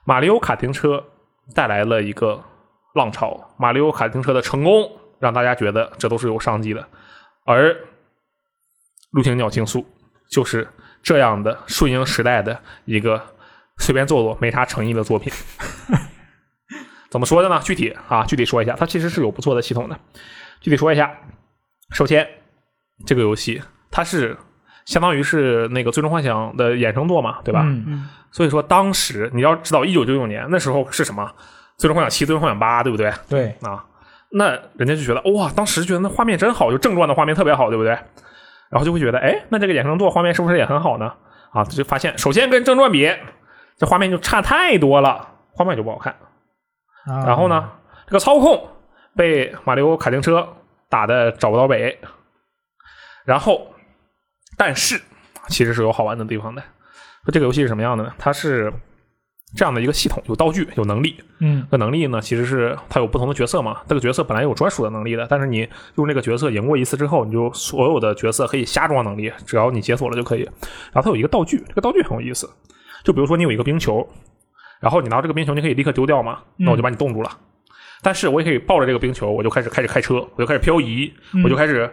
马里奥卡丁车带来了一个浪潮，马里奥卡丁车的成功让大家觉得这都是有商机的，而陆行鸟竞速就是这样的顺应时代的一个随便做做没啥诚意的作品。怎么说的呢？具体啊，具体说一下，它其实是有不错的系统的。具体说一下，首先这个游戏它是相当于是那个《最终幻想》的衍生作嘛，对
对
吧？
嗯
嗯，
所以说当时你要知道，一九九九年那时候是什么《最终幻想七》《最终幻想八》，对不对
对，
啊？那人家就觉得哇，当时觉得那画面真好，就正传的画面特别好，对不对？然后就会觉得，哎，那这个衍生作画面是不是也很好呢？啊，就发现首先跟正传比，这画面就差太多了，画面就不好看。
然
然后？呢，这个操控被马里奥卡丁车打的找不到北。然后，但是其实是有好玩的地方的。说这个游戏是什么样的呢？它是这样的一个系统，有道具，有能力。
嗯
这个能力呢，其实是它有不同的角色嘛。这个角色本来有专属的能力的，但是你用这个角色赢过一次之后，你就所有的角色可以瞎装能力，只要你解锁了就可以。然后它有一个道具，这个道具很有意思，就比如说你有一个冰球，然后你拿这个冰球，你可以立刻丢掉嘛，那我就把你冻住了。但是我也可以抱着这个冰球，我就开始开始开车，我就开始漂移，我就开始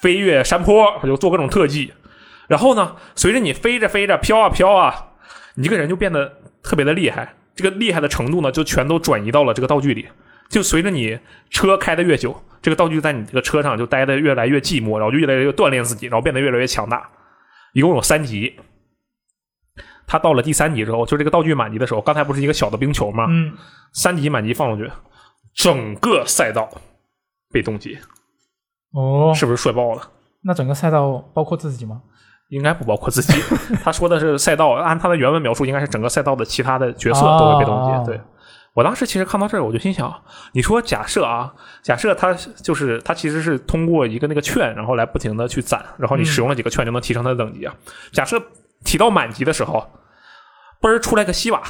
飞越山坡，我就做各种特技。然后呢，随着你飞着飞着飘啊飘啊，你这个人就变得特别的厉害。这个厉害的程度呢，就全都转移到了这个道具里。就随着你车开的越久，这个道具在你这个车上就待的越来越寂寞，然后就越来越锻炼自己，然后变得越来越强大。一共有三级。他到了第三级之后，就这个道具满级的时候，刚才不是啊一个小的冰球吗？
嗯，
三级满级放出去，整个赛道被冻结，
哦，
是不是帅爆了？
那整个赛道包括自己吗？
应该不包括 自己。他说的是赛道，按他的原文描述，应该是整个赛道的其他的角色都会被冻结。
哦
对我当时其实看到这儿，我就心想，你说假设啊，假设他就是他其实是通过一个那个券，然后来不停的去攒，然后你使用了几个券就能提升他的等级啊。假设提到满级的时候，嘣儿出来个西瓦。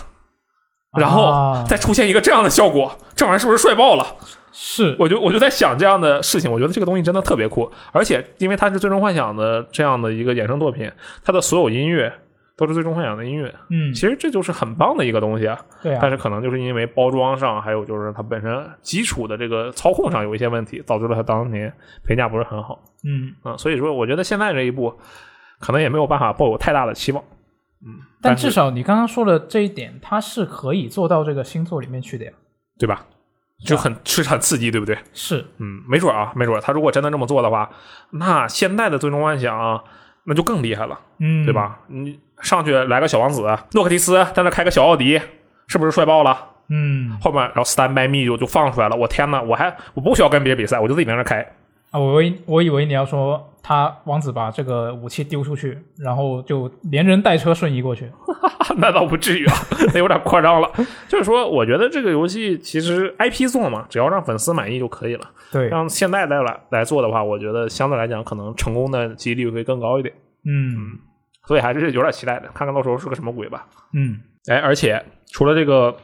然后
啊
再出现一个这样的效果，这玩意儿是不是帅爆了？
是
我就我就在想这样的事情，我觉得这个东西真的特别酷，而且因为它是《最终幻想》的这样的一个衍生作品，它的所有音乐都是《最终幻想》的音乐，
嗯
其，实这就是很棒的一个东西啊。
对啊
但，是可能就是因为包装上，还有就是它本身基础的这个操控上有一些问题，导致了它当年评价不是很好
嗯，
啊、嗯所以说，我觉得现在这一步可能也没有办法抱有太大的期望。嗯，
但
但
至
是
少你刚刚说的这一点，它是可以做到这个星座里面去的呀。
对
啊
吧？就很是很刺激，对不对？
是，
嗯，没准儿啊，没准儿他如果真的这么做的话，那现在的最终幻想、啊、那就更厉害了，
嗯，
对？吧？你上去来个小王子诺克提斯，在那开个小奥迪，是不是帅爆了？
嗯，
后面然后 Stand by Me 就就放出来了，我天呐，我还我不需要跟别人比赛，我就自己在那儿开。
啊，我以为我以为你要说他王子把这个武器丢出去，然后就连人带车瞬移过去。
那倒不至于啊，那有点夸张了。就是说，我觉得这个游戏其实 IP 做嘛，只要让粉丝满意就可以了。
对，
让现在再来来做的话，我觉得相对来讲可能成功的几率会更高一点，
嗯
所以还是有点期待的，看看到时候是个什么鬼吧。
嗯
哎，而且除了这个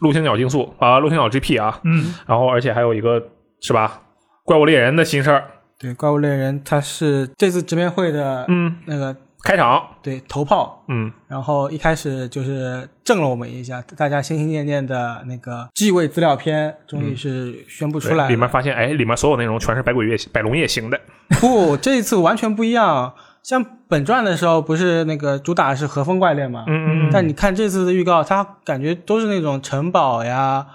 陆行鸟竞速啊，陆行鸟 GP 啊，
嗯，
然后而且还有一个是吧，怪物猎人的新事儿，
对，怪物猎人它是这次直面会的
嗯，
那个、
开场，
对头炮，
嗯，
然后一开始就是震了我们一下，大家心心念念的那个继位资料片终于是宣布出来了。
里面发现哎，里面所有内容全是百鬼夜百龙夜行的，
不，这一次完全不一样。像本传的时候不是那个主打是和风怪猎嘛，
嗯嗯嗯，
但你看这次的预告，它感觉都是那种城堡呀，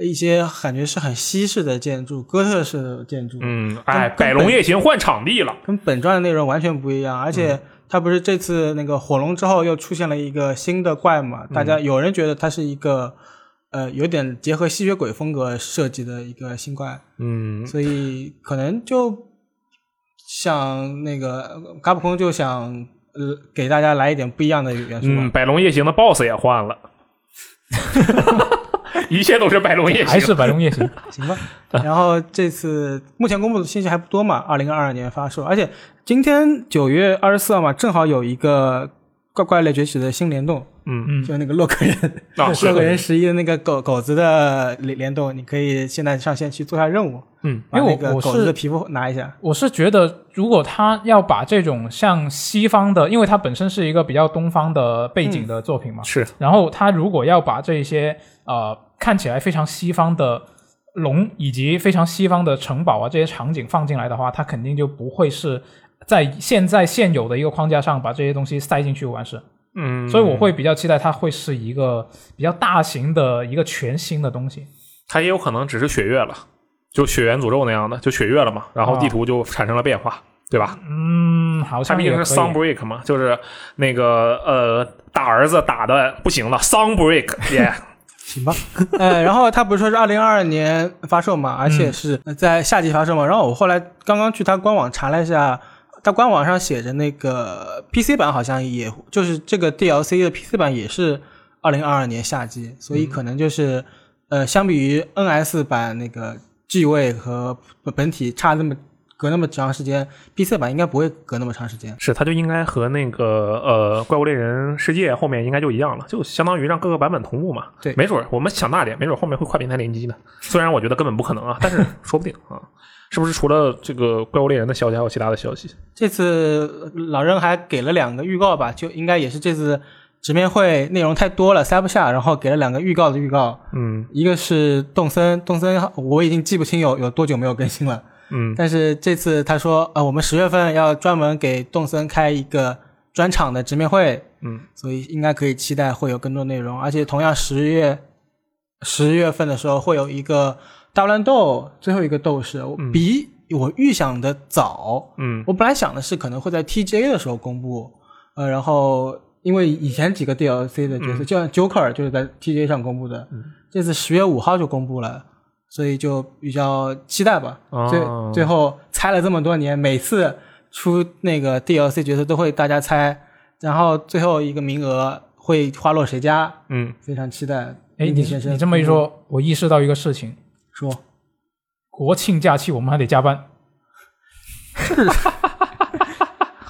一些感觉是很西式的建筑，哥特式的建筑，
嗯，哎，
根本
百龙夜行换场地了，
跟本传的内容完全不一样。而
嗯
且它不是这次那个火龙之后又出现了一个新的怪嘛？大
嗯
家有人觉得它是一个。呃，有点结合吸血鬼风格设计的一个新怪，
嗯，
所以可能就想那个卡普空就想呃给大家来一点不一样的元素吧。
嗯，百龙夜行的 BOSS 也换了，一切都是百龙夜
还
行，
是百龙夜 行。
行吧。 然后这次目前公布的信息还不多嘛，二零二二年发售，而且今天九月二十四号嘛，正好有一个《怪怪类崛起》的新联动，
嗯，
嗯
就那个洛 克人、
啊
洛克
是，
人十一的那个狗狗子的联联动，你可以现在上线去做一下任务，
嗯，
把
因为
那
我
个
我
狗
是
子的皮肤拿一下。
我是觉得，如果他要把这种像西方的，因为它本身是一个比较东方的背景的作品嘛，
是，
然后他如果要把这些呃看起来非常西方的龙以及非常西方的城堡啊这些场景放进来的话，他肯定就不会是在现在现有的一个框架上把这些东西塞进去完事。
嗯，
所以我会比较期待它会是一个比较大型的一个全新的东西。
它也有可能只是血月了，就血缘诅咒那样的，就血月了嘛，然后
啊
地图就产生了变化，对吧？
嗯，好
它
像
毕
也
竟
可
是
以。
Sunbreak 嘛，就是那个呃打儿子打的不行了，Sunbreak 也
行吧， 呃，然后他不是说是二零二二年发售嘛，而且是呃在夏季发售嘛。然后我后来刚刚去他官网查了一下，他官网上写着那个 PC 版好像也就是这个 DLC 的 PC 版也是二零二二年夏季，所以可能就是、呃，相比于 NS 版那个 G 位和本体差那么隔那么长时间，PC 版应该不会隔那么长时间。
是，它就应该和那个呃怪物猎人世界后面应该就一样了，就相当于让各个版本同步嘛。
对
没准儿我们想大点，没准儿后面会跨平台联机呢。虽然我觉得根本不可能啊，但是说不定啊，是不是除了这个怪物猎人的消息，还有其他的消息？
这次老任还给了两个预告吧，就应该也是这次直面会内容太多了塞不下，然后给了两个预告的预告，
嗯
一个是动森，动森我已经记不清有有多久没有更新了，
嗯
但是这次他说呃我们十月份要专门给动森开一个专场的直面会，
嗯，
所以应该可以期待会有更多内容，而且同样十月十月份的时候会有一个大乱斗最后一个斗士，我比我预想的早。
嗯
我本来想的是可能会在 TGA 的时候公布，呃，然后因为以前几个
嗯
DLC 的角色，就像 Joker 就是在 TGA 上公布的，这次十月五号就公布了，所以就比较期待吧。
哦
啊
最最后猜了这么多年，每次出那个 DLC 角色都会大家猜，然后最后一个名额会花落谁家，
嗯，
非常期待。
哎，你
林先生，
你这么一说，我意识到一个事情：
说，
国庆假期我们还得加班，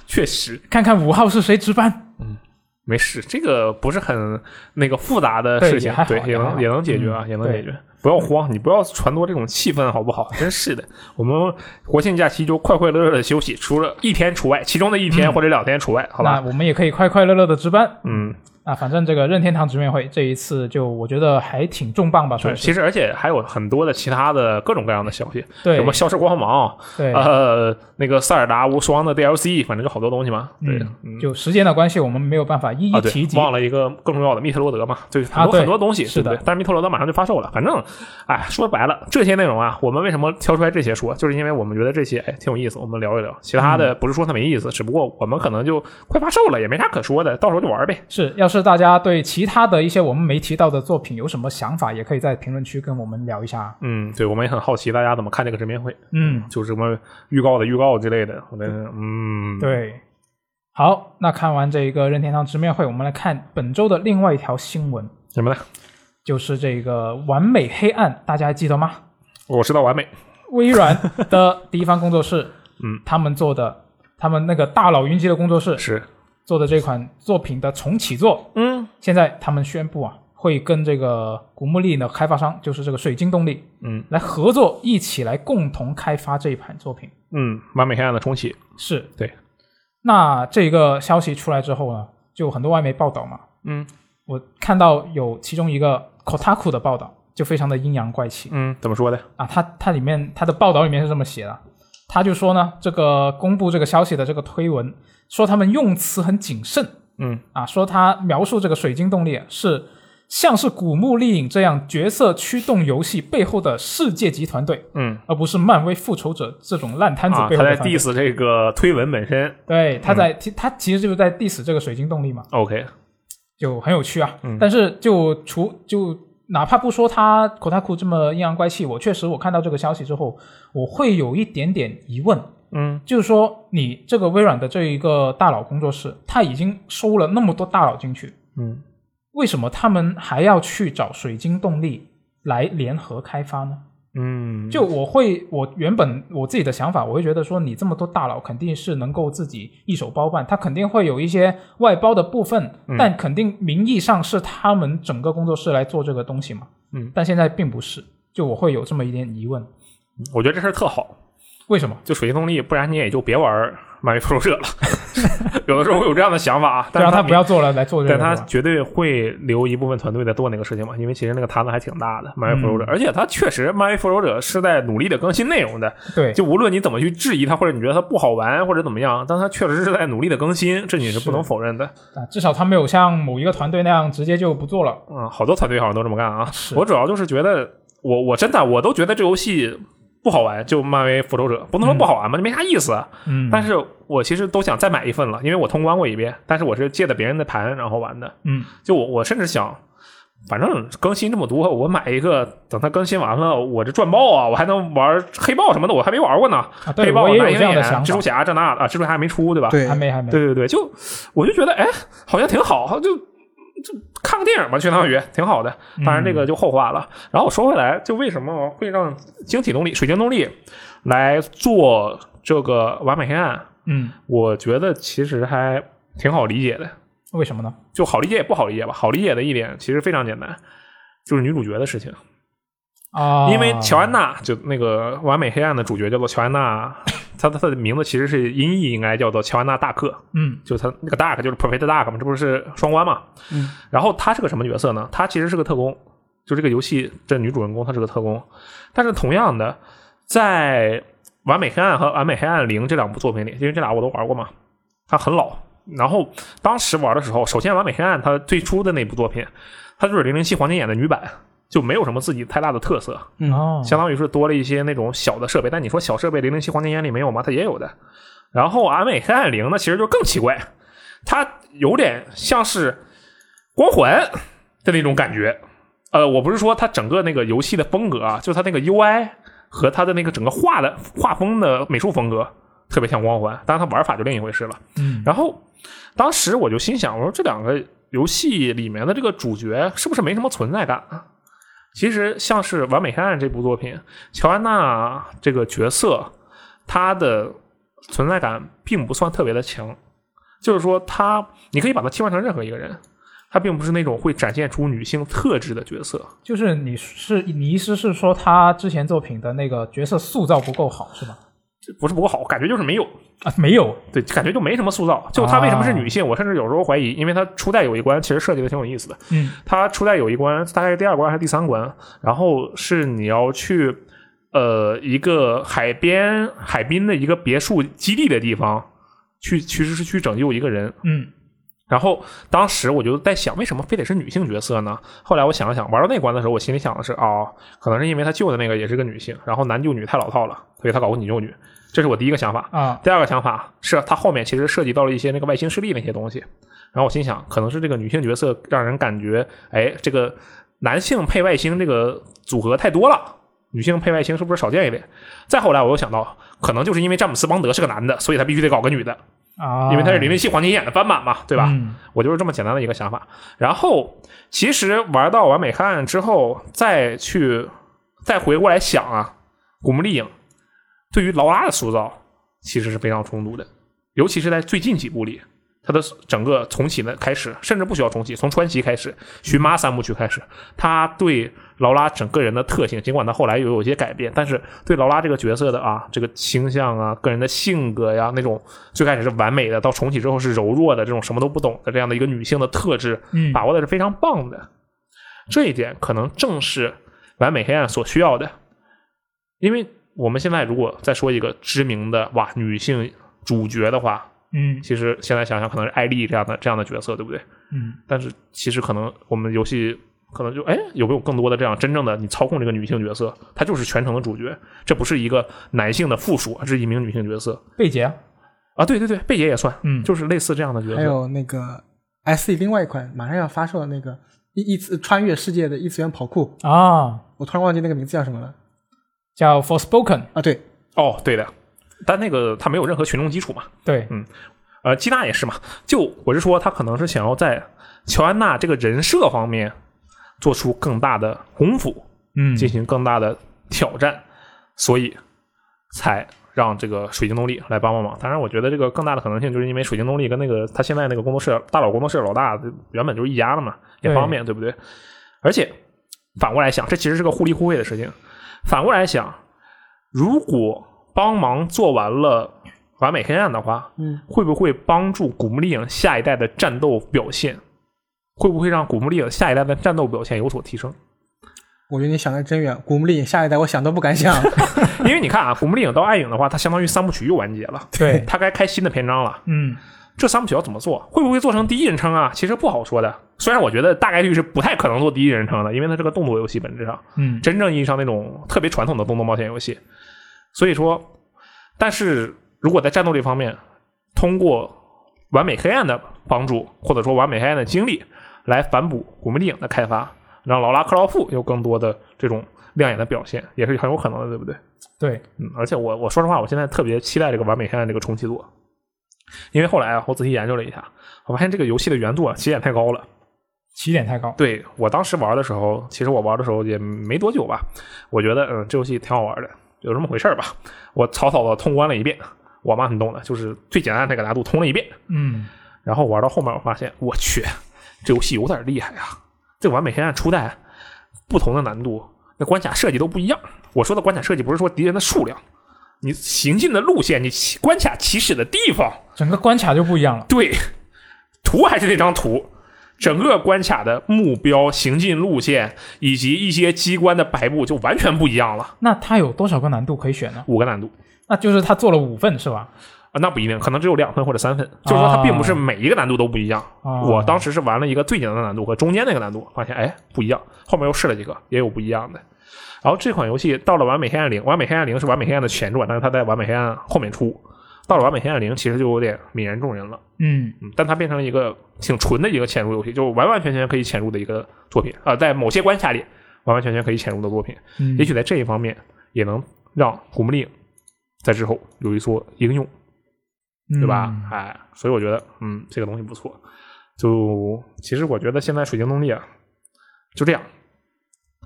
确实
看看五号是谁值班。
没事，这个不是很那个复杂的
对
事情
也还，好
对，
也
也
还好嗯
能也能解决啊，也能解决。不要慌，你不要传播这种气氛，好 不好？真是的，我们国庆假期就快快乐乐的休息，除了一天除外，其中的一
嗯
天或者两天除外，好吧？
那我们也可以快快乐乐的值班
嗯，
啊。反正这个任天堂直面会这一次就我觉得还挺重磅吧，
对。
算是
其实而且还有很多的其他的各种各样的消息，
对
什么消失光芒，
对，
呃，那个塞尔达无双的 DLC，反正就好多东西嘛。对，嗯
就时间的关系，我们没有办法一
啊，
一
对
提，及。
忘了一个更重要的密特罗德嘛，就是很
啊
多、
对
很多东西，
是的
对不对但是密特罗德马上就发售了，反正，哎，说白了，这些内容啊，我们为什么挑出来这些说，就是因为我们觉得这些哎挺有意思，我们聊一聊。其他
嗯
的不是说它没意思，只不过我们可能就快发售了，也没啥可说的，到时候就玩呗。
是，要是大家对其他的一些我们没提到的作品有什么想法，也可以在评论区跟我们聊一下啊。
嗯，对，我们也很好奇大家怎么看这个直面会，
嗯，
就是什么预告的预告之类的，我们嗯，，
对。好，那看完这一个任天堂直面会，我们来看本周的另外一条新闻，
什么呢？
就是这个《完美黑暗》，大家还记得吗？
我知道完美，
微软的第一方工作室，
嗯，
他们做的，他们那个大佬云集的工作室
是，
做的这款作品的重启作，
嗯
现在他们宣布啊，会跟这个古墓丽影的开发商，就是这个水晶动力，
嗯
来合作，一起来共同开发这一款作品。
嗯，完美黑暗的重启，
是
对。
那这个消息出来之后呢，就很多外媒报道嘛，
嗯
我看到有其中一个 Kotaku 的报道，就非常的阴阳怪气
嗯，怎么说的？
啊。它它里面它的报道里面是这么写的，他就说呢，这个公布这个消息的这个推文，说他们用词很谨慎
嗯
啊，说他描述这个水晶动力是像是古墓丽影这样角色驱动游戏背后的世界级团队。
嗯。
而不是漫威复仇者这种烂摊子
啊，
背
他
后的
在嗯
团队、
diss 这个推文本身。
对，他在、其他其实就是在 diss 这个水晶动力嘛，
OK，
就很有趣啊。
嗯
但是就除就哪怕不说他 Kotaku 这么阴阳怪气，我确实我看到这个消息之后，我会有一点点疑问，
嗯
就是说你这个微软的这一个大佬工作室，他已经收了那么多大佬进去，
嗯，
为什么他们还要去找水晶动力来联合开发呢？
嗯，
就我会，我原本我自己的想法，我会觉得说，你这么多大佬肯定是能够自己一手包办，他肯定会有一些外包的部分，
嗯
但肯定名义上是他们整个工作室来做这个东西嘛。
嗯，
但现在并不是，就我会有这么一点疑问，
我觉得这事儿特好，
为什么？
就水晶动力，不然你也就别玩儿 漫威复仇者了。有的时候会有这样的想法啊，
就
但
让
是
他不
没。
要做了，来做这个
但
是吧。
他绝对会留一部分团队在做那个事情嘛，因为其实那个摊子还挺大的，
嗯
漫威复仇者，而且他确实漫威复仇者是在努力的更新内容的，
对，
就无论你怎么去质疑它，或者你觉得它不好玩或者怎么样，但它确实是在努力的更新，这你是不能否认的。
啊，至少他没有像某一个团队那样直接就不做了。
嗯，好多团队好像都这么干啊。我主要就是觉得，我我真的我都觉得这游戏不好玩，就漫威复仇者不能说不好玩吧，就没啥意思。啊
嗯，
但是我其实都想再买一份了，因为我通关过一遍，但是我是借的别人的盘然后玩的。
嗯，
就我我甚至想，反正更新这么多，我买一个，等它更新完了，我这赚爆啊！我还能玩黑豹什么的，我还没玩过呢。
啊，
黑
对
豹、
我也有
蓝鹰
这样的
眼、
想
蜘
法
蛛，侠这那的啊，蜘蛛侠还没出对吧？
对
还，没还没，
对对对，就我就觉得哎，好像挺好，就就看个电影吧，相当于挺好的。当然这个就后话了。然后我说回来，就为什么会让晶体动力、水晶动力来做这个完美黑暗？
嗯，
我觉得其实还挺好理解的，
为什么呢？
就好理解也不好理解吧。好理解的一点其实非常简单，就是女主角的事情。
啊，
因为乔安娜就那个《完美黑暗》的主角叫做乔安娜，她她的名字其实是音译应该叫做乔安娜大克，
嗯
就她那个 Dark 就是 Perfect Dark 嘛，这不是双关嘛？
嗯。
然后她是个什么角色呢？她其实是个特工，就这个游戏这女主人公她是个特工，但是同样的，在《完美黑暗》和《完美黑暗零》这两部作品里，因为这俩我都玩过嘛，它很老。然后当时玩的时候，首先《完美黑暗》它最初的那部作品，它就是《零零七黄金眼》的女版，就没有什么自己太大的特色。
嗯
哦，
相当于是多了一些那种小的设备。但你说小设备，零零七黄金眼里没有吗？它也有的。然后阿美黑暗零呢，其实就更奇怪，它有点像是光环的那种感觉呃，我不是说它整个那个游戏的风格啊，就它那个 UI 和它的那个整个画的画风的美术风格特别像光环，当然它玩法就另一回事了。
嗯，
然后当时我就心想，我说这两个游戏里面的这个主角是不是没什么存在感啊？其实像是《完美黑暗》这部作品，乔安娜这个角色，她的存在感并不算特别的强，就是说她，你可以把她切换成任何一个人，她并不是那种会展现出女性特质的角色。
就是你是你意思是说他之前作品的那个角色塑造不够好是吗？
这不是不够好，感觉就是没有，
啊，没有，
对，感觉就没什么塑造。就她为什么是女性，我甚至有时候怀疑，因为她初代有一关其实设计的挺有意思的。
嗯，
它初代有一关，大概是第二关还是第三关，然后是你要去呃一个海边海滨的一个别墅基地的地方去，其实是去拯救一个人。
嗯，
然后当时我就在想，为什么非得是女性角色呢？后来我想了想，玩到那关的时候，我心里想的是，哦，可能是因为他救的那个也是个女性，然后男救女太老套了，所以他搞个女救女，这是我第一个想法。
啊，
第二个想法是，它后面其实涉及到了一些那个外星势力那些东西。然后我心想，可能是这个女性角色让人感觉，哎，这个男性配外星这个组合太多了，女性配外星是不是少见一点？再后来我又想到，可能就是因为詹姆斯邦德是个男的，所以他必须得搞个女的，
啊，
因为他是零零七黄金眼的翻版嘛，对吧？
嗯
我就是这么简单的一个想法。然后其实玩到完美汉之后，再去再回过来想啊，古墓丽影对于劳拉的塑造其实是非常充足的，尤其是在最近几部里。它的整个重启的开始，甚至不需要重启，从传奇开始，寻妈三部曲开始，他对劳拉整个人的特性，尽管他后来又有一些改变，但是对劳拉这个角色的啊，这个倾向啊，个人的性格呀，那种最开始是完美的，到重启之后是柔弱的，这种什么都不懂的这样的一个女性的特质，
嗯
把握的是非常棒的。这一点可能正是完美黑暗所需要的，因为我们现在如果再说一个知名的哇女性主角的话，
嗯
其实现在想想可能是艾丽这样的这样的角色，对不对？
嗯
但是其实可能我们游戏可能就哎有没有更多的这样真正的你操控这个女性角色，她就是全程的主角，这不是一个男性的附属，而是一名女性角色
贝姐，
啊！对对对，贝姐也算，
嗯
就是类似这样的角
还
色。
有那个 SE 另外一款马上要发售的那个异异次穿越世界的异次元跑酷，
啊，
我突然忘记那个名字叫什么了
叫 Forspoken，
啊！对，
哦，对的，但那个它没有任何群众基础嘛，
对，
呃，基娜也是嘛。就我是说，她可能是想要在乔安娜这个人设方面做出更大的功夫，
嗯
进行更大的挑战，所以才让这个水晶动力来帮帮忙。当然，我觉得这个更大的可能性就是因为水晶动力跟那个他现在那个工作室大佬工作室老大原本就是一家的嘛，也
对
方便，对不对？而且反过来想，这其实是个互利互惠的事情。反过来想，如果帮忙做完了完美黑暗的话，
嗯，
会不会帮助古墓丽影下一代的战斗表现？会不会让古墓丽影下一代的战斗表现有所提升？
我觉得你想的真远，古墓丽影下一代我想都不敢想。
因为你看啊，《古墓丽影》到《暗影》的话，它相当于三部曲又完结了，
对，
它该开新的篇章了。
嗯
这三部曲要怎么做？会不会做成第一人称啊？其实不好说的。虽然我觉得大概率是不太可能做第一人称的，因为它是个动作游戏，本质上
嗯，
真正意义上那种特别传统的动作冒险游戏。所以说，但是如果在战斗这方面，通过《完美黑暗》的帮助，或者说《完美黑暗》的经历，来反哺《古墓丽影》的开发，让劳拉·克劳夫有更多的这种亮眼的表现，也是很有可能的，对不对？
对，
嗯，而且我我说实话，我现在特别期待这个《完美黑暗》这个重启作，因为后来啊，我仔细研究了一下，我发现这个游戏的原作啊起点太高了。
起点太高，
对我当时玩的时候，其实我玩的时候也没多久吧，我觉得嗯，这游戏挺好玩的，有这么回事儿吧？我草草的通关了一遍，我妈很懂的，就是最简单的那个难度通了一遍，
嗯
然后玩到后面，我发现我去， 这游戏有点厉害啊！这《完美黑暗》初代不同的难度，那关卡设计都不一样。我说的关卡设计不是说敌人的数量，你行进的路线，你起关卡起始的地方，
整个关卡就不一样了，
对，图还是那张图。整个关卡的目标、行进路线以及一些机关的排布就完全不一样了，
那它有多少个难度可以选呢？
五个难度。
那就是它做了五份是吧？
啊，那不一定，可能只有两分或者三分。就是说，它并不是每一个难度都不一样。
啊
我当时是玩了一个最简单的难度和中间那个难度，发现哎不一样，后面又试了几个，也有不一样的。然后这款游戏到了《完美黑暗零》，《完美黑暗零》是《完美黑暗》的前传，但是它在《完美黑暗》后面出，到了完美黑暗零，其实就有点泯然众人了。
嗯
嗯，但它变成一个挺纯的一个潜入游戏，就完完全全可以潜入的一个作品啊、呃在某些关卡里完完全全可以潜入的作品，
嗯，
也许在这一方面也能让古墓丽影在之后有一所应用，对吧？
嗯
哎，所以我觉得，嗯，这个东西不错。就其实我觉得现在水晶动力啊，就这样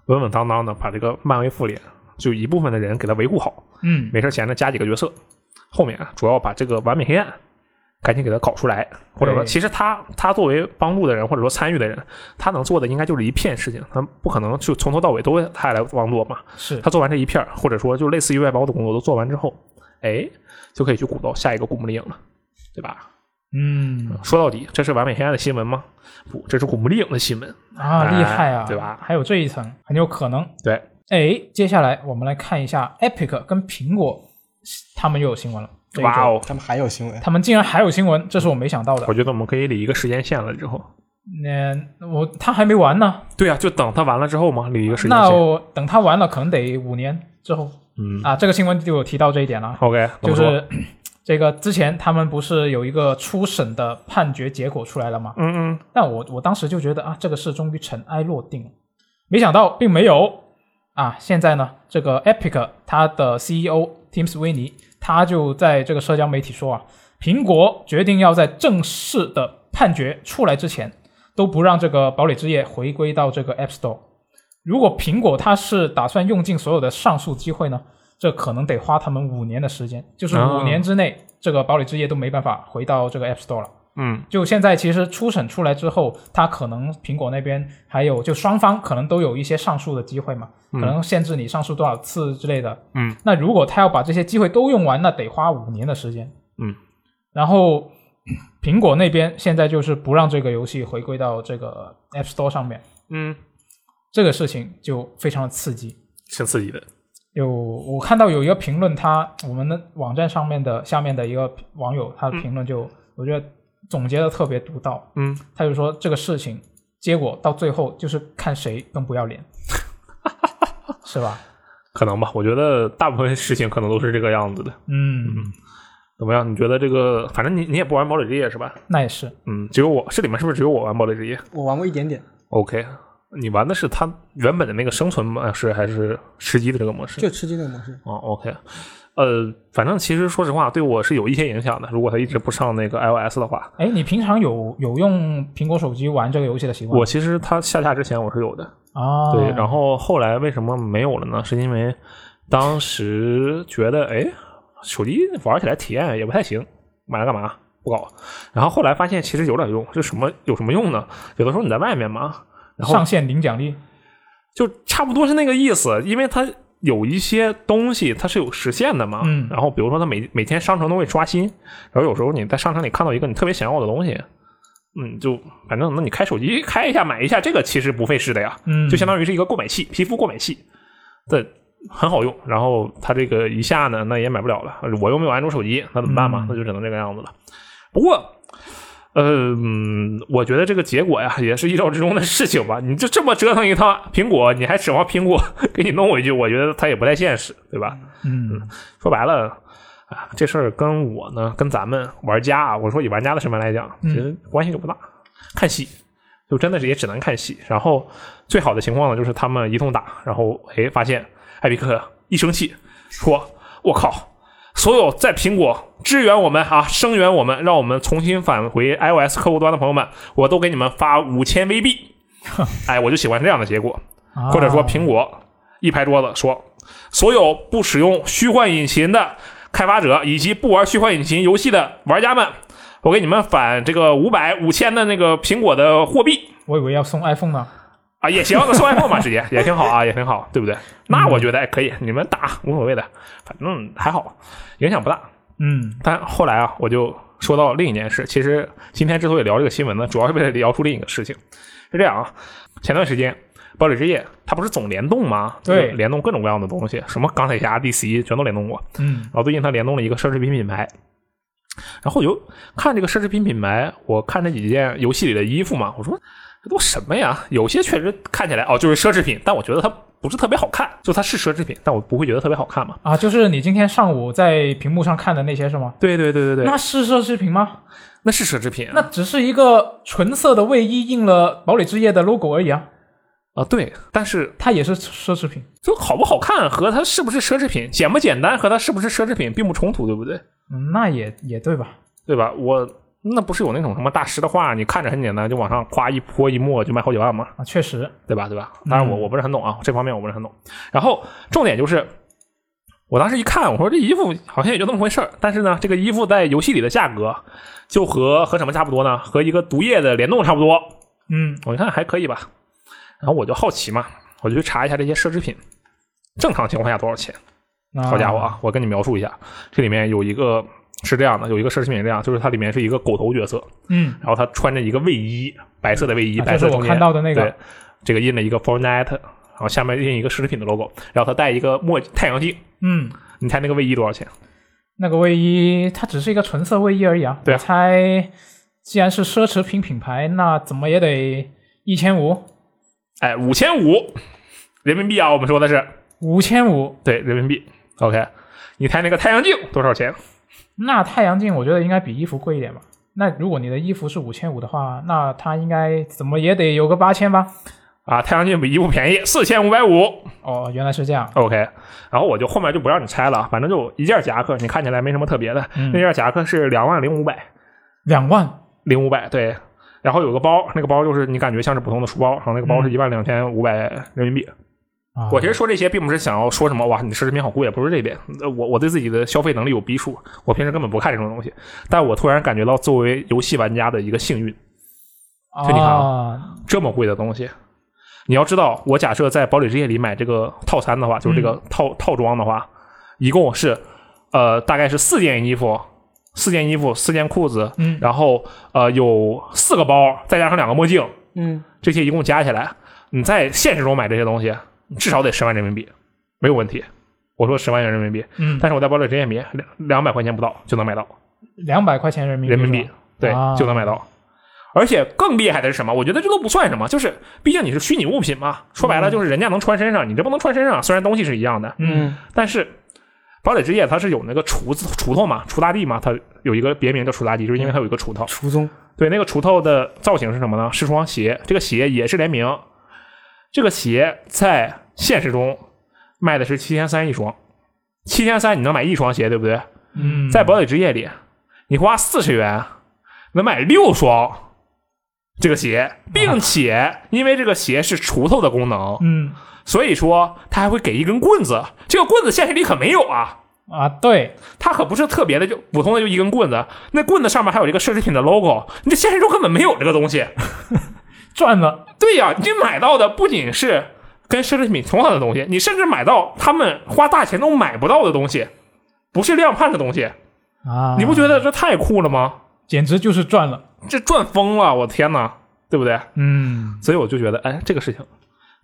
稳稳当当的把这个漫威复联就一部分的人给它维护好，
嗯，
没事闲着加几个角色，后面啊主要把这个完美黑暗赶紧给它搞出来，或者说，
对
其实他他作为帮助的人或者说参与的人，他能做的应该就是一片事情，他不可能就从头到尾都他来帮做嘛。
是
他做完这一片儿，或者说就类似于外包的工作都做完之后，哎，就可以去鼓捣下一个古墓丽影了，对吧？
嗯
说到底，这是完美黑暗的新闻吗？不，这是古墓丽影的新闻。
啊，厉害啊，
哎对吧
还有这一层，很有可能。
对，
哎，接下来我们来看一下 Epic 跟苹果，他们又有新闻了。这一周
哇，哦！
他们还有新闻，
他们竟然还有新闻，这是我没想到的
我。觉得我们可以理一个时间线了之后，
那、我他还没完呢，
对啊，就等它完了之后嘛，理一个时间
那
线。
我等他完了，可能得五年之后
嗯
啊。这个新闻就有提到这一点了，
，OK，怎
就
么说
是这个之前他们不是有一个初审的判决结果出来了吗？
嗯嗯，
但我我当时就觉得啊，这个事终于尘埃落定了，没想到并没有啊。现在呢，这个 Epic 它的 CEO Tim Sweeney 他就在这个社交媒体说啊，苹果决定要在正式的判决出来之前，都不让这个堡垒之夜回归到这个 App Store。如果苹果它是打算用尽所有的上诉机会呢，这可能得花他们五年的时间，就是
哦
五年之内，这个堡垒之夜都没办法回到这个 App Store 了。
嗯，
就现在其实初审出来之后，他可能苹果那边还有就双方可能都有一些上诉的机会嘛，可能限制你上诉多少次之类的。
嗯，
那如果他要把这些机会都用完，那得花五年的时间。
嗯，
然后苹果那边现在就是不让这个游戏回归到这个 App Store 上面，
嗯，
这个事情就非常的刺激。
挺刺激的。
有我看到有一个评论他，我们的网站上面的下面的一个网友，他的评论就、我觉得总结的特别独到。
嗯，
他就说这个事情结果到最后就是看谁更不要脸， 是吧？
可能吧，我觉得大部分事情可能都是这个样子的。
嗯，
怎么样？你觉得这个？反正你你也不玩堡垒之夜是吧？
那也是。
嗯，只有我是里面是不是只有我玩堡垒之夜
我玩过一点点，
？OK，你玩的是它原本的那个生存模式还是吃鸡的这个模式？
就吃鸡那个模式。
哦，OK，呃，反正其实说实话，对我是有一些影响的。如果它一直不上那个 iOS 的话，
哎，你平常有有用苹果手机玩这个游戏的习惯吗？
我其实它下架之前我是有的，
啊，
对，然后后来为什么没有了呢？是因为当时觉得，哎，手机玩起来体验也不太行，买来干嘛？不搞。然后后来发现其实有点用，这什么有什么用呢？有的时候你在外面嘛，然后
上线领奖励。
就差不多是那个意思，因为它。有一些东西它是有时限的嘛，
嗯
然后比如说它每每天商城都会刷新，然后有时候你在商城里看到一个你特别想要的东西，嗯，就反正那你开手机开一下买一下，这个其实不费事的呀，
嗯，
就相当于是一个购买器，皮肤购买器，对，很好用。然后它这个一下呢，那也买不了了，我又没有安卓手机，那怎么办嘛
嗯？
那就只能这个样子了。不过，呃嗯，我觉得这个结果呀，也是意料之中的事情吧。你就这么折腾一趟苹果，你还指望苹果 给你弄回去？我觉得它也不太现实，对吧？
嗯
说白了。啊，这事儿跟我呢，跟咱们玩家啊，我说以玩家的身份来讲，其实关系就不大。看戏，就真的是也只能看戏。然后最好的情况呢，就是他们一通打，然后哎发现艾比克一生气说：“我靠，所有在苹果支援我们啊，声援我们，让我们重新返回 iOS 客户端的朋友们，我都给你们发五千 VB。”哎，我就喜欢这样的结果。
啊
或者说苹果一拍桌子说，所有不使用虚幻引擎的开发者以及不玩虚幻引擎游戏的玩家们，我给你们返这个五百五千的那个苹果的货币
我以为要送 iPhone 呢。
啊，也行，那送 iPhone 吧，直接也挺好啊，也挺好，对不对？那我觉得哎可以，你们打无所谓的，反正还好，影响不大。
嗯
但后来啊，我就说到另一件事。其实今天之所以聊这个新闻呢，主要是为了聊出另一个事情。是这样啊，前段时间《堡垒之夜》它不是总联动吗？
对
就是联动各种各样的东西，什么钢铁侠、DC 全都联动过。
嗯
然后最近它联动了一个奢侈品品牌，然后我就看这个奢侈品品牌，我看这几件哎游戏里的衣服嘛，我说这都什么呀？有些确实看起来哦就是奢侈品，但我觉得它不是特别好看，就它是奢侈品，但我不会觉得特别好看嘛。
啊，就是你今天上午在屏幕上看的那些是吗？
对对对对对，
那是奢侈品吗？
那是奢侈品啊。
那只是一个纯色的卫衣印了堡垒之夜的 logo 而已啊，
啊对，但是
它也是奢侈品。
就好不好看和它是不是奢侈品简不简单和它是不是奢侈品并不冲突，对不对？
嗯那也也对吧？
对吧？我那不是有那种什么大师的画，你看着很简单，就往上夸一泼一抹就卖好几万吗？
啊，确实，
对吧？对吧？当然我我不是很懂啊，这方面我不是很懂。然后重点就是，我当时一看，我说这衣服好像也就那么回事儿，但是呢，这个衣服在游戏里的价格就和和什么差不多呢？和一个毒液的联动差不多。
嗯，
我一看还可以吧，然后我就好奇嘛，我就去查一下这些奢侈品正常情况下多少钱。
那
好家伙啊！我跟你描述一下，这里面有一个是这样的，有一个奢侈品是这样，就是它里面是一个狗头角色，
嗯，
然后他穿着一个卫衣，白色的卫衣，
啊
白
就是
色
我
中间
看到的那
对
个，，
这个印了一个 Fortnite，然后下面印一个奢侈品的 logo，然后他戴一个墨镜太阳镜，
嗯，
你猜那个卫衣多少钱？
那个卫衣它只是一个纯色卫衣而已啊。
对
我
啊
猜既然是奢侈品品牌，那怎么也得一千五，
哎，五千五人民币啊！我们说的是
五千五。
对人民币。OK，你猜那个太阳镜多少钱？
那太阳镜我觉得应该比衣服贵一点吧。那如果你的衣服是五千五的话，那它应该怎么也得有个八千吧？
啊，太阳镜比衣服便宜，四千五百五。
哦，原来是这样。
OK，然后我就后面就不让你猜了啊，反正就一件夹克，你看起来没什么特别的。
嗯
那件夹克是两万零五百，
两万，
零五百对。然后有个包，那个包就是你感觉像是普通的书包，然后那个包是一万两千五百人民币。
啊
我其实说这些，并不是想要说什么哇，你奢侈品好贵，不是这点。呃我我对自己的消费能力有逼数，我平时根本不看这种东西。但我突然感觉到，作为游戏玩家的一个幸运，就你看
啊，
这么贵的东西，你要知道，我假设在堡垒之夜里买这个套餐的话，就是这个套、套装的话，一共是呃大概是四件衣服，四件衣服，四件裤子，
嗯
然后呃有四个包，再加上两个墨镜，
嗯，
这些一共加起来，你在现实中买这些东西，至少得十万人民币，没有问题。我说十万元人民币，
嗯，
但是我在堡垒之夜里面两两百块钱不到就能买到
两百块钱人民
人民
是
币
吧，
对，
啊
就能买到。而且更厉害的是什么？我觉得这都不算什么，就是毕竟你是虚拟物品嘛，说白了就是人家能穿身上，你这不能穿身上。虽然东西是一样的，
嗯，
但是堡垒之夜它是有那个锄子、锄头嘛，锄大地嘛，它有一个别名叫锄大地，就是因为它有一个锄头。
初中
对，那个锄头的造型是什么呢？是双鞋，这个鞋也是联名，这个鞋在现实中卖的是七千三一双，七千三你能买一双鞋，对不对？
嗯，
在堡垒之夜里，你花四十元能买六双这个鞋，并且因为这个鞋是锄头的功能，
嗯
所以说它还会给一根棍子。这个棍子现实里可没有啊，
啊，对，
它可不是特别的，就普通的就一根棍子。那棍子上面还有这个奢侈品的 logo，你这现实中根本没有这个东西。
赚了，
对呀、你买到的不仅是跟奢侈品同样的东西，你甚至买到他们花大钱都买不到的东西，不是量贩的东西。
啊，
你不觉得这太酷了吗？
简直就是赚了，
这赚疯了，我天哪，对不对？
嗯，
所以我就觉得，哎，这个事情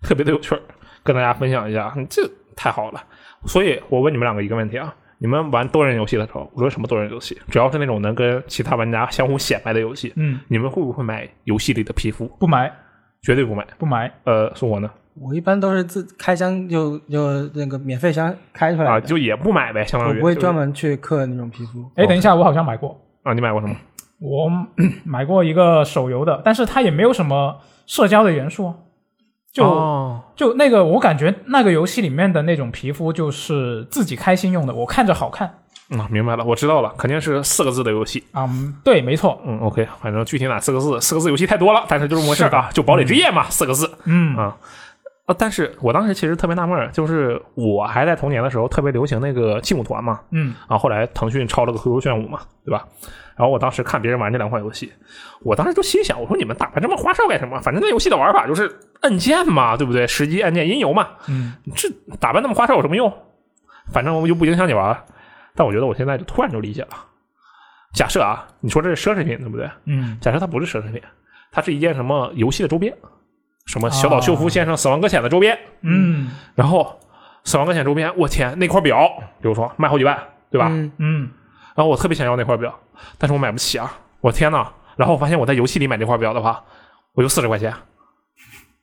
特别的有趣儿，跟大家分享一下，嗯这太好了。所以我问你们两个一个问题啊，你们玩多人游戏的时候，无论什么多人游戏，只要是那种能跟其他玩家相互显摆的游戏，
嗯，
你们会不会买游戏里的皮肤？
不买
绝对不买。
不买，
呃，是我呢
我一般都是自开箱就就那个免费箱开出来
啊，
的，
就也不买呗，相
我
当于
不会
就是
专门去刻那种皮肤。
哎，等一下，我好像买过，
啊。你买过什么？
我 买过一个手游的，但是它也没有什么社交的元素啊，就、
哦
就那个，我感觉那个游戏里面的那种皮肤就是自己开心用的，我看着好看
嗯，明白了，我知道了，肯定是四个字的游戏。
啊、嗯对，没错，
嗯，OK，反正具体哪四个字，四个字游戏太多了，但是就是模式啊，就堡垒之夜嘛，四个字。
嗯
啊啊！但是我当时其实特别纳闷儿，就是我还在童年的时候特别流行那个劲舞团嘛，
嗯
啊，后来腾讯抄了个 QQ 炫舞嘛，对吧？然后我当时看别人玩这两款游戏，我当时就心想，我说你们打扮这么花哨干什么？反正这游戏的玩法就是按键嘛，对不对？时机按键音游嘛，
嗯，
这打扮那么花哨有什么用？反正我又不影响你玩。但我觉得我现在就突然就理解了。假设啊，你说这是奢侈品，对不对？
嗯
假设它不是奢侈品，它是一件什么游戏的周边，什么小岛秀夫先生、死亡搁浅的周边，
嗯
然后死亡搁浅周边，我天，那块表，比如说卖好几万，对吧？
嗯，
嗯，
然后我特别想要那块表，但是我买不起啊，我天呐！然后我发现我在游戏里买这块表的话，我就四十块钱，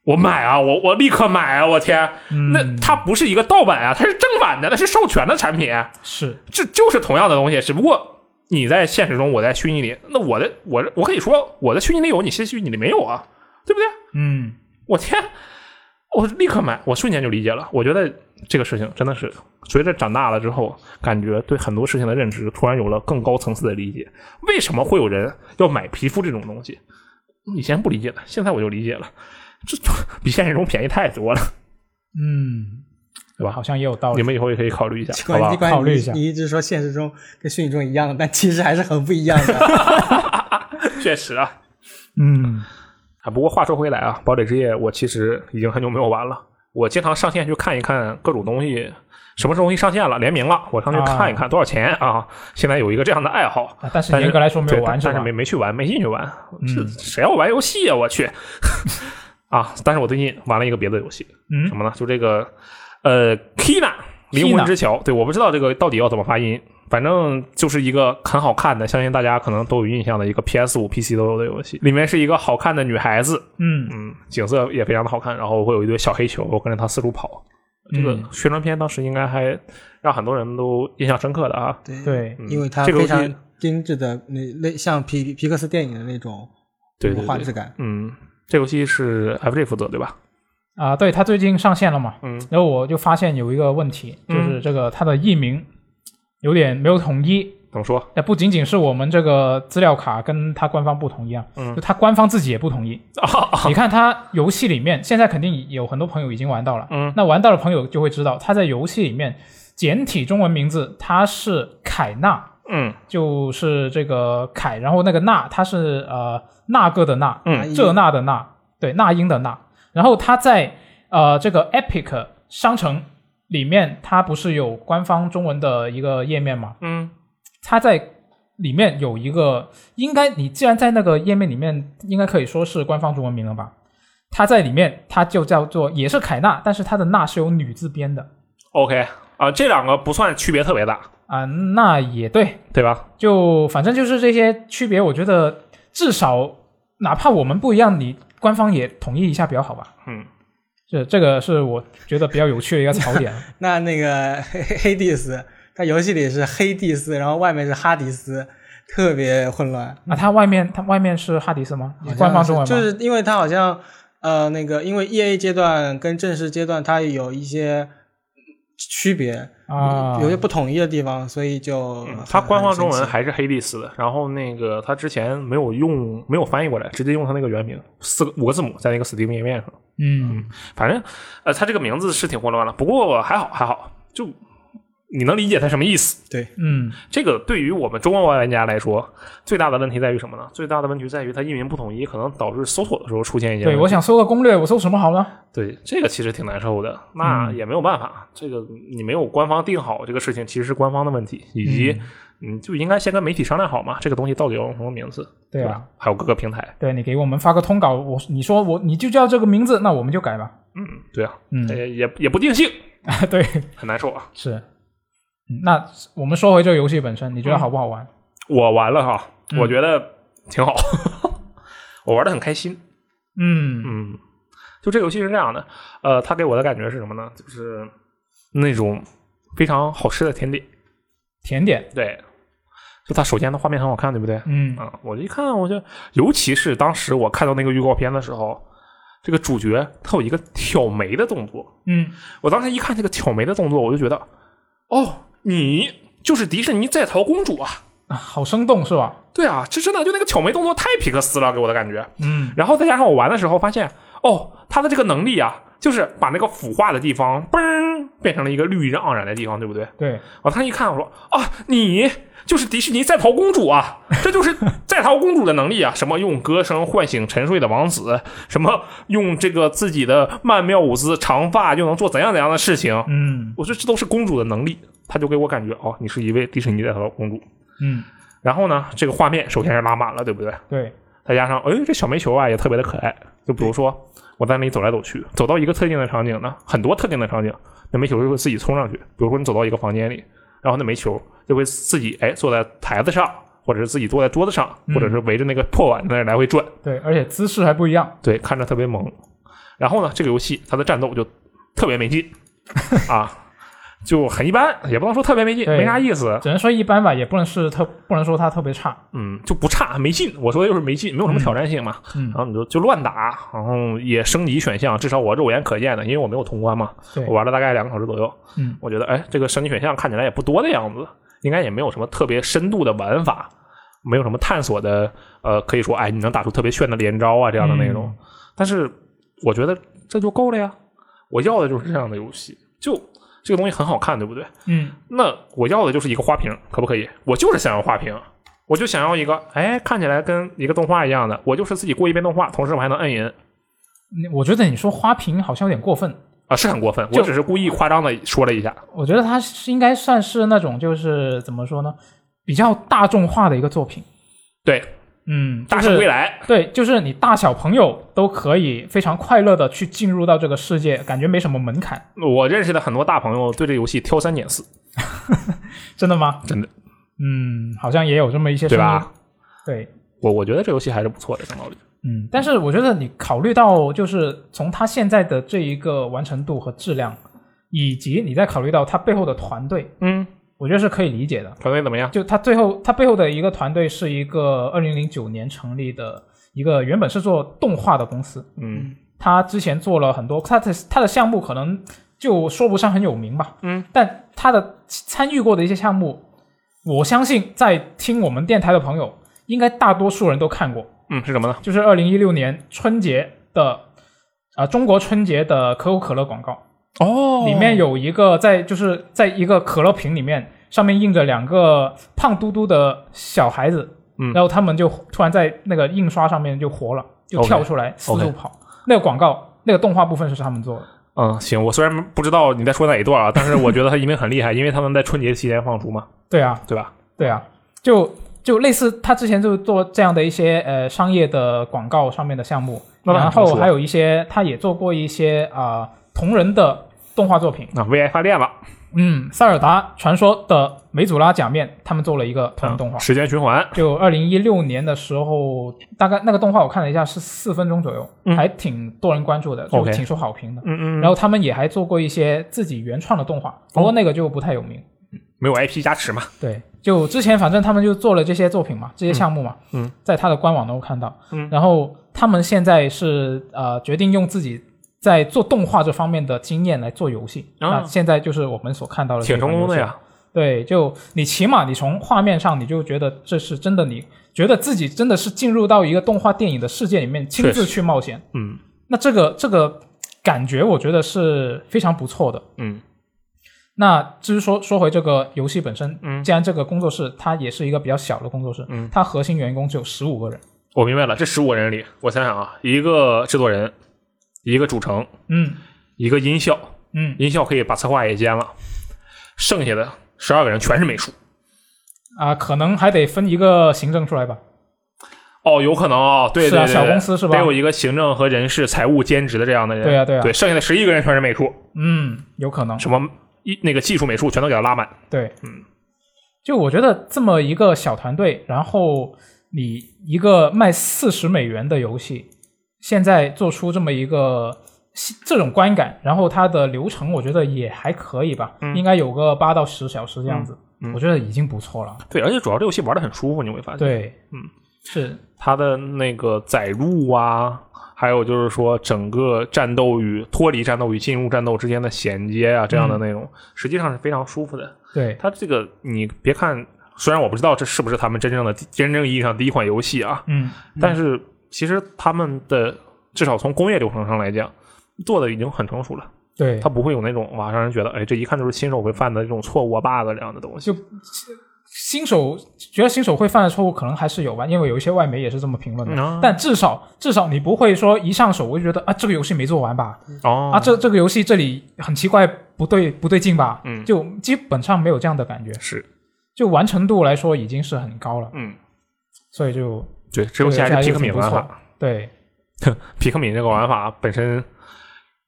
我买啊，我我立刻买啊！我天，
嗯
那它不是一个盗版啊，它是正版的，那是授权的产品，
是
这就是同样的东西，只不过你在现实中，我在虚拟里，那我的我我可以说我的虚拟里有，你是虚拟里没有啊，对不对？
嗯
我天，我立刻买，我瞬间就理解了。我觉得这个事情真的是随着长大了之后，感觉对很多事情的认知突然有了更高层次的理解。为什么会有人要买皮肤这种东西？以前不理解的，现在我就理解了，这比现实中便宜太多了。
嗯，
对吧
好像也有道
你
理。
们以后也可以考虑一下，好
关
吧
于？关于
考虑一下
你一直说现实中跟虚拟中一样的，但其实还是很不一样的。
确实啊，
嗯
啊，不过话说回来啊，《堡垒之夜》我其实已经很久没有玩了，我经常上线去看一看各种东西，什么时候东西上线了，联名了，我上去看一看多少钱啊现在有一个这样的爱好，
啊但是
但是
严格来说没
对
有完
但
吧
是没没去玩，没进去玩，这
嗯
谁要玩游戏啊？我去啊！但是我最近玩了一个别的游戏，
嗯
什么呢？就这个呃，Kina 灵魂
Kina
之桥，对，我不知道这个到底要怎么发音，反正就是一个很好看的，相信大家可能都有印象的一个 PS 五、PC 都有的游戏，里面是一个好看的女孩子，
嗯
嗯，景色也非常的好看，然后会有一堆小黑球跟着她四处跑。这个
嗯
宣传片当时应该还让很多人都印象深刻的啊，
对，
对
嗯
因为它
这个
非
游戏
常精致的那类像皮皮克斯电影的那种
对对
画
对，
质感。
嗯，这游戏是 FJ 负责对吧？
啊，对他最近上线了嘛，
嗯
然后我就发现有一个问题，就是这个它的译名有点没有统一。
怎 么说？
那不仅仅是我们这个资料卡跟它官方不同一样，
嗯哦
就它官方自己也不同意。
啊
你看它游戏里面，现在肯定有很多朋友已经玩到了，
嗯
那玩到的朋友就会知道，它在游戏里面简体中文名字它是凯纳，
嗯
就是这个凯，然后那个纳它是呃那个的那，
嗯
阿姨
这那的那，对，那英的那。然后它在呃这个 Epic 商城里面，它不是有官方中文的一个页面吗？
嗯
它在里面有一个，应该你既然在那个页面里面，应该可以说是官方中文名了吧？它在里面，它就叫做也是凯纳，但是它的纳是由女字边的
，OK 啊，这两个不算区别特别大，
啊、那也对，
对吧？
就反正就是这些区别，我觉得至少哪怕我们不一样，你官方也统一一下比较好吧。
嗯，
这这个是我觉得比较有趣的一个槽 点。啊
那那个 黑黑黑蒂斯，它游戏里是黑蒂斯，然后外面是哈迪斯，特别混乱。
啊，它外面它外面是哈迪斯吗
好像？
官方中文吗？
就是因为它好像呃那个，因为 E A 阶段跟正式阶段它有一些区别，
啊，
有些不统一的地方，所以就很
嗯它官方中
很
文
神奇
还是黑历史的，然后那个它之前没有用，没有翻译过来，直接用它那个原名，四个五个字母在那个 Steam 页面上。
嗯
反正呃，它这个名字是挺混乱了，不过还好还好，就你能理解它什么意思。
对
嗯
这个对于我们中国玩家来说，最大的问题在于什么呢？最大的问题在于它译名不统一，可能导致搜索的时候出现一些问
对，
题。
我想搜个攻略，我搜什么好呢？
对这
呃
个其实挺难受的，那
嗯
也没有办法，这个你没有官方定好这个事情，其实是官方的问题，以及
嗯
你就应该先跟媒体商量好嘛，这个东西到底要用什么名字，
对
吧
啊？
还有各个平台，
对你给我们发个通稿，我你说我你就叫这个名字，那我们就改吧。
嗯，对啊，
嗯，
也也也不定性，
对，
很难受啊。
是。嗯那我们说回这个游戏本身，你觉
嗯
得好不好玩？
我玩了哈，
嗯
我觉得挺好， 我玩的很开心。
嗯
嗯，就这游戏是这样的，呃，它给我的感觉是什么呢？就是那种非常好吃的甜点。
甜点，
对，就它首先它画面很好看，对不对？
嗯
啊，我一看，我就尤其是当时我看到那个预告片的时候，这个主角他有一个挑眉的动作，
嗯
我当时一看这个挑眉的动作，我就觉得，哦，你就是迪士尼在逃公主啊！
啊，好生动是吧？
对啊，这真的就那个挑眉动作太皮克斯了，给我的感觉。
嗯
然后再加上我玩的时候发现，哦，他的这个能力啊，就是把那个腐化的地方嘣儿变成了一个绿意盎然的地方，对不对？
对，
我哦当时一看，我说啊，你就是迪士尼在逃公主啊，这就是在逃公主的能力啊！什么用歌声唤醒沉睡的王子，什么用这个自己的曼妙舞姿、长发就能做怎样怎样的事情。
嗯
我说这都是公主的能力，他就给我感觉哦，你是一位迪士尼在逃公主。
嗯，
然后呢，这个画面首先是拉满了，对不对？
对，
再加上哎，这小煤球啊也特别的可爱。就比如说我在那里走来走去，走到一个特定的场景呢，很多特定的场景，那煤球就会自己冲上去。比如说你走到一个房间里，然后那煤球就会自己哎坐在台子上，或者是自己坐在桌子上，
嗯
或者是围着那个破碗在那来回转，
对，而且姿势还不一样。
对，看着特别萌。然后呢，这个游戏它的战斗就特别 没劲啊，就很一般，也不能说特别没劲，
对
没啥意思。
只能说一般吧，也不能是特，不能说它特别差。
嗯，就不差，没劲。我说的就是没劲，没有什么挑战性嘛。
嗯
然，后你就就乱打，然后也升级选项，至少我肉眼可见的，因为我没有通关嘛，
对
我，玩了大概两个小时左右。
嗯，
我觉得哎，这个升级选项看起来也不多的样子，应该也没有什么特别深度的玩法，没有什么探索的，呃，可以说哎，你能打出特别炫的连招啊这样的内
嗯
容。但是我觉得这就够了呀，我要的就是这样的游戏，就这个东西很好看，对不对？
嗯，
那我要的就是一个花瓶，可不可以？我就是想要花瓶，我就想要一个，哎，看起来跟一个动画一样的，我就是自己过一遍动画，同时我还能摁银
你我觉得你说花瓶好像有点过分。
啊，是很过分，我
就
只是故意夸张的说了一下，
我觉得它是应该算是那种就是怎么说呢，比较大众化的一个作品。
对，
嗯，
大
就
圣
是
归来，
对，就是你大小朋友都可以非常快乐的去进入到这个世界，感觉没什么门槛，
我认识的很多大朋友对这游戏挑三拣四，
真的吗？
真的，
嗯，好像也有这么一些
对
声音
吧？
对，我
我我觉得这游戏还是不错的，张老师。
嗯，但是我觉得你考虑到就是从它现在的这一个完成度和质量，以及你再考虑到它背后的团队，
嗯，
我觉得是可以理解的。
团队怎么样？
就它最后它背后的一个团队是一个二零零九年成立的一个原本是做动画的公司，
嗯
他之前做了很多，他的他的项目可能就说不上很有名吧，
嗯，
但他的参与过的一些项目，我相信在听我们电台的朋友，应该大多数人都看过，
嗯，是什么呢？
就是二零一六年春节的啊、中国春节的可口可乐广告，
哦
里面有一个在就是在一个可乐瓶里面，上面印着两个胖嘟嘟的小孩子，
嗯
然后他们就突然在那个印刷上面就活了，就
OK，
跳出来四处跑。那个广告，那个动画部分是他们做的。
嗯，行，我虽然不知道你在说哪一段啊，但是我觉得他一定很厉害，因为他们在春节期间放出嘛，
对啊，
对吧？
对啊，就就类似他之前就做这样的一些呃商业的广告上面的项目，
那他很
然
成熟
后
啊
还有一些他也做过一些啊、同人的动画作品，
啊，VI 发电了，
嗯，《塞尔达传说》的梅祖拉假面，他们做了一个同人
嗯
动画。
时间循环，
就二零一六年的时候，大概那个动画我看了一下是四分钟左右，
嗯
还挺多人关注的，就
OK
挺受好评的。
嗯哦嗯，
然后他们也还做过一些自己原创的动画，不过那个就不太有名。
没有 IP 加持嘛，
对，就之前反正他们就做了这些作品嘛，这些项目嘛，
嗯嗯
在他的官网能够看到。
嗯
然后他们现在是呃决定用自己在做动画这方面的经验来做游戏，
啊
那现在就是我们所看到的
挺
这款
成功的
游戏
呀。
对，就你起码你从画面上，你就觉得这是真的你，觉得自己真的是进入到一个动画电影的世界里面，亲
确
自
实
去冒险。
嗯
那这个这个感觉，我觉得是非常不错的。
嗯
那至于说说回这个游戏本身，
嗯
既然这个工作室它也是一个比较小的工作室，
嗯
它核心员工只有十五个人，
我明白了，这十五个人里，我想想啊，一个制作人，一个主成，
嗯
一个音效，
嗯
音效可以把策划也兼了，剩下的十二个人全是美术。
啊、可能还得分一个行政出来吧，
哦，有可能哦，对
是
对
啊
对，
小
对
公司是吧
得有一个行政和人事、财务兼职的这样的人。
对啊对啊
对，剩下的十一个人全是美术，
嗯，有可能，
什么一那个技术美术全都给他拉满。
对，
嗯，
就我觉得这么一个小团队，然后你一个卖四十美元的游戏，现在做出这么一个这种观感，然后它的流程我觉得也还可以吧，
嗯
应该有个八到十小时这样子，
嗯嗯
我觉得已经不错了。
对，而且主要这游戏玩的很舒服，你会发现，，
对，
嗯，
是，
它的那个载入啊，还有就是说整个战斗与脱离战斗与进入战斗之间的衔接啊，这样的内容，实际上是非常舒服的。
对，
它这个你别看，虽然我不知道这是不是他们真正的真正意义上第一款游戏啊，
嗯，
但是其实他们的至少从工业流程上来讲，做的已经很成熟了，
对
它，不会有那种哇让人觉得哎这一看就是新手会犯的这种错误啊 bug 这样的东西。
就新手觉得新手会犯的错误可能还是有吧，因为有一些外媒也是这么评论的。
嗯啊
但至少至少你不会说一上手我就觉得啊这个游戏没做完吧，
哦
啊，这这个游戏这里很奇怪，不对不对劲吧？
嗯
就基本上没有这样的感觉，
是
就完成度来说已经是很高了，
嗯，
所以就
对，这游戏还是皮克敏
这个游
玩
戏还是挺
法，
对
皮克敏这个玩法本身。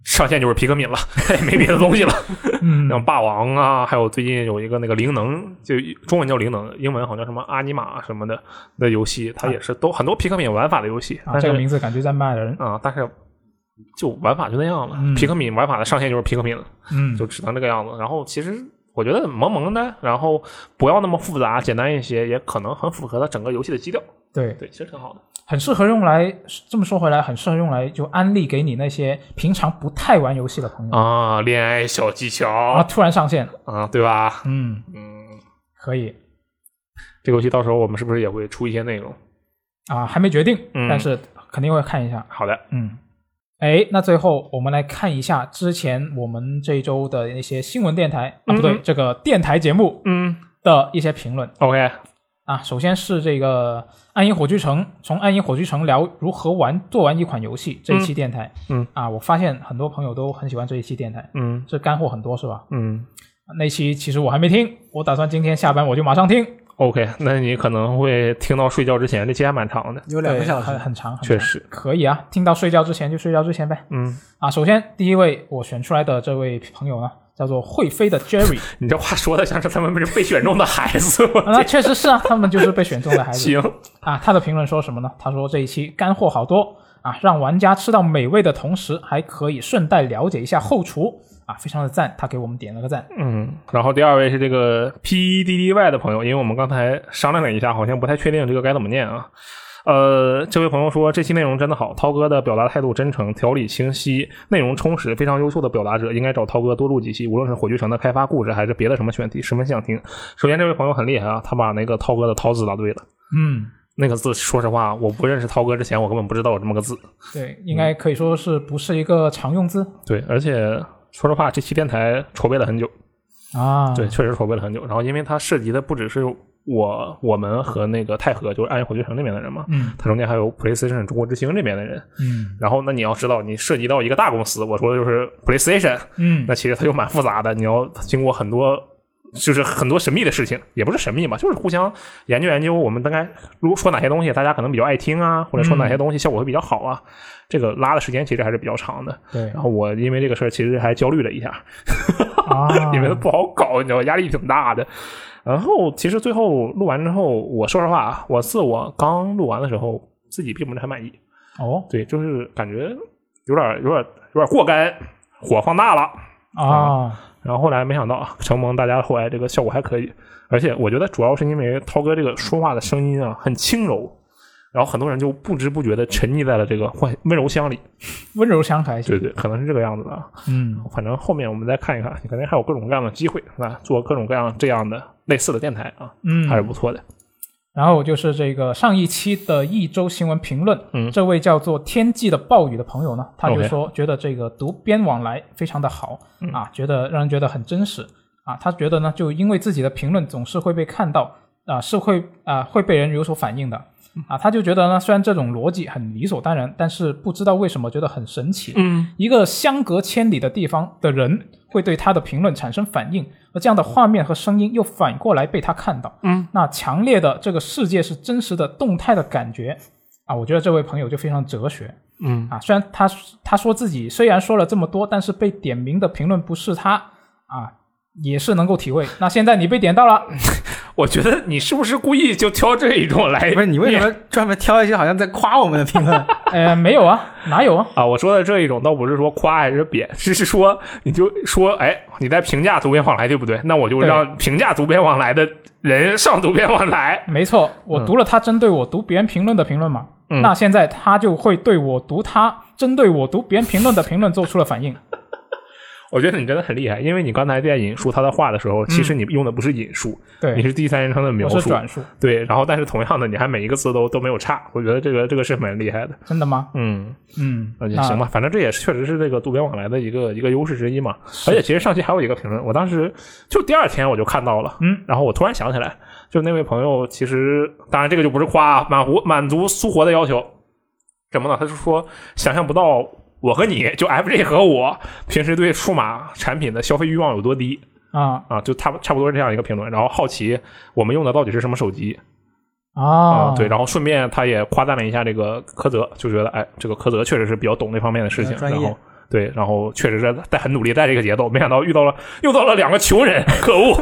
上线就是皮克敏了， 没别的东西 了。
嗯
像霸王啊，还有最近有一个那个灵能，就中文叫灵能，英文好像叫什么阿尼玛什么的的游戏，它也是都很多皮克敏玩法的游戏。嗯
啊
但是
这个名字感觉在骂人，
啊、但是就玩法就那样了。
嗯
皮克敏玩法的上限就是皮克敏了，
嗯，
就只能这个样子。然后其实我觉得萌萌的，然后不要那么复杂，简单一些，也可能很符合它整个游戏的基调。
对，
对，其实挺好的。
很适合用来这么说回来，很适合用来就安利给你那些平常不太玩游戏的朋友
啊，恋爱小技
啊，
巧
突然上线，
啊，对吧？
嗯，
嗯，
可以
这个游戏到时候我们是不是也会出一些内容？
啊，还没决定，
嗯
但是肯定会看一下。
好的，
嗯，哎，那最后我们来看一下之前我们这一周的一些新闻电台啊，
嗯
不对
嗯，
这个电台节目
嗯
的一些评论
，OK，
啊。首先是这个《暗影火炬城》，从《暗影火炬城》聊如何玩做完一款游戏这一期电台，
嗯嗯
啊，我发现很多朋友都很喜欢这一期电台，
嗯
这干货很多是吧？
嗯
那期其实我还没听，我打算今天下班我就马上听，
，OK，那你可能会听到睡觉之前，这期还蛮长的，
有两个
对
小
很
时，
很长，很
确
长
实，
可以啊，听到睡觉之前就睡觉之前呗。
嗯，
啊，首先第一位我选出来的这位朋友呢，叫做会飞的 Jerry，
你这话说的像是他们是被选中的孩子，我
啊那确实是啊，他们就是被选中的孩子
行，
啊。他的评论说什么呢？他说这一期干货好多啊，让玩家吃到美味的同时，还可以顺带了解一下后厨啊，非常的赞，他给我们点了个赞。
嗯，然后第二位是这个 P E D D Y 的朋友，因为我们刚才商量了一下，好像不太确定这个该怎么念啊。呃，这位朋友说这期内容真的好，涛哥的表达态度真诚，条理清晰，内容充实，非常优秀的表达者，应该找涛哥多录几期，无论是火炬城的开发故事还是别的什么选题，十分想听。首先，这位朋友很厉害啊，他把那个涛哥的涛字打对了。
嗯，
那个字，说实话，我不认识涛哥之前，我根本不知道有这么个字。
对，应该可以说是不是一个常用字
对，而且说实话，这期电台筹备了很久，
啊？
对，，确实筹备了很久。然后，因为它涉及的不只是我、我们和那个泰和，就是暗夜火炬城那边的人嘛，
嗯
它中间还有 PlayStation 中国之星这边的人。
嗯
然后，那你要知道，你涉及到一个大公司，我说的就是 PlayStation，
嗯
那其实它就蛮复杂的，你要经过很多。就是很多神秘的事情，也不是神秘吧，就是互相研究研究。我们大概如果说哪些东西大家可能比较爱听啊，或者说哪些东西效果会比较好啊，这个拉的时间其实还是比较长的。
对
然后我因为这个事儿其实还焦虑了一下，
啊
因为它不好搞，你知道，压力挺大的。然后其实最后录完之后，我说实话啊，我自我刚录完的时候，自己并不是很满意。
哦
对，就是感觉有点、有点、有点过干，火放大了。
啊
然后后来没想到啊承蒙大家后来这个效果还可以，而且我觉得主要是因为涛哥这个说话的声音啊很轻柔，然后很多人就不知不觉的沉溺在了这个幻温柔乡里。
温柔乡还行，
对对，可能是这个样子的啊。
嗯
反正后面我们再看一看，肯定还有各种各样的机会啊，做各种各样这样的类似的电台啊，
嗯，
还是不错的。
然后就是这个上一期的一周新闻评论，
嗯
这位叫做天际的暴雨的朋友呢，他就
OK
说觉得这个读编往来非常的好、
嗯
啊，觉得让人觉得很真实啊。他觉得呢，就因为自己的评论总是会被看到啊，是会啊会被人有所反应的
嗯
啊。他就觉得呢，虽然这种逻辑很理所当然，但是不知道为什么觉得很神奇。
嗯，
一个相隔千里的地方的人会对他的评论产生反应，而这样的画面和声音又反过来被他看到。
嗯，
那强烈的这个世界是真实的、动态的感觉啊，我觉得这位朋友就非常哲学。
嗯
啊，虽然他他说自己虽然说了这么多，但是被点名的评论不是他啊，也是能够体会。那现在你被点到了，
我觉得你是不是故意就挑这一种来？
哎不是你为什么专门挑一些好像在夸我们的评论？
呃，没有啊，哪有啊？
啊？我说的这一种倒不是说夸还是贬，只是说你就说，哎，你在评价读编往来，对不对？那我就
对
让评价读编往来的人上读编往来。
没错，
嗯
我读了他针对我读别人评论的评论嘛，那现在他就会对我读他针对我读别人评论的评论做出了反应。
我觉得你真的很厉害，因为你刚才在引述他的话的时候，其实你用的不是引述，
对，
你是第三人称的描
我是
述。
转述，
对，然后但是同样的，你还每一个字都都没有差，我觉得这个这个是蛮厉害的。
真的吗？
嗯，
嗯，
那也行吧，反正这也是确实是这个渡边往来的一个一个优势之一嘛。而且其实上期还有一个评论，我当时就第二天我就看到了，
嗯，
然后我突然想起来，就那位朋友，其实当然这个就不是夸啊，满足满足苏活的要求，怎么呢？他是说想象不到我和你就 FJ 和我平时对数码产品的消费欲望有多低
那啊
啊，就差不差不多是这样一个评论，然后好奇我们用的到底是什么手机，啊、
啊，
对，，然后顺便他也夸赞了一下这个柯泽，就觉得哎，这个柯泽确实是比较懂这方面的事
比较
情，
专
然
业
后对，然后确实是在很努力在这个节奏，没想到遇到了又到了两个穷人，可恶！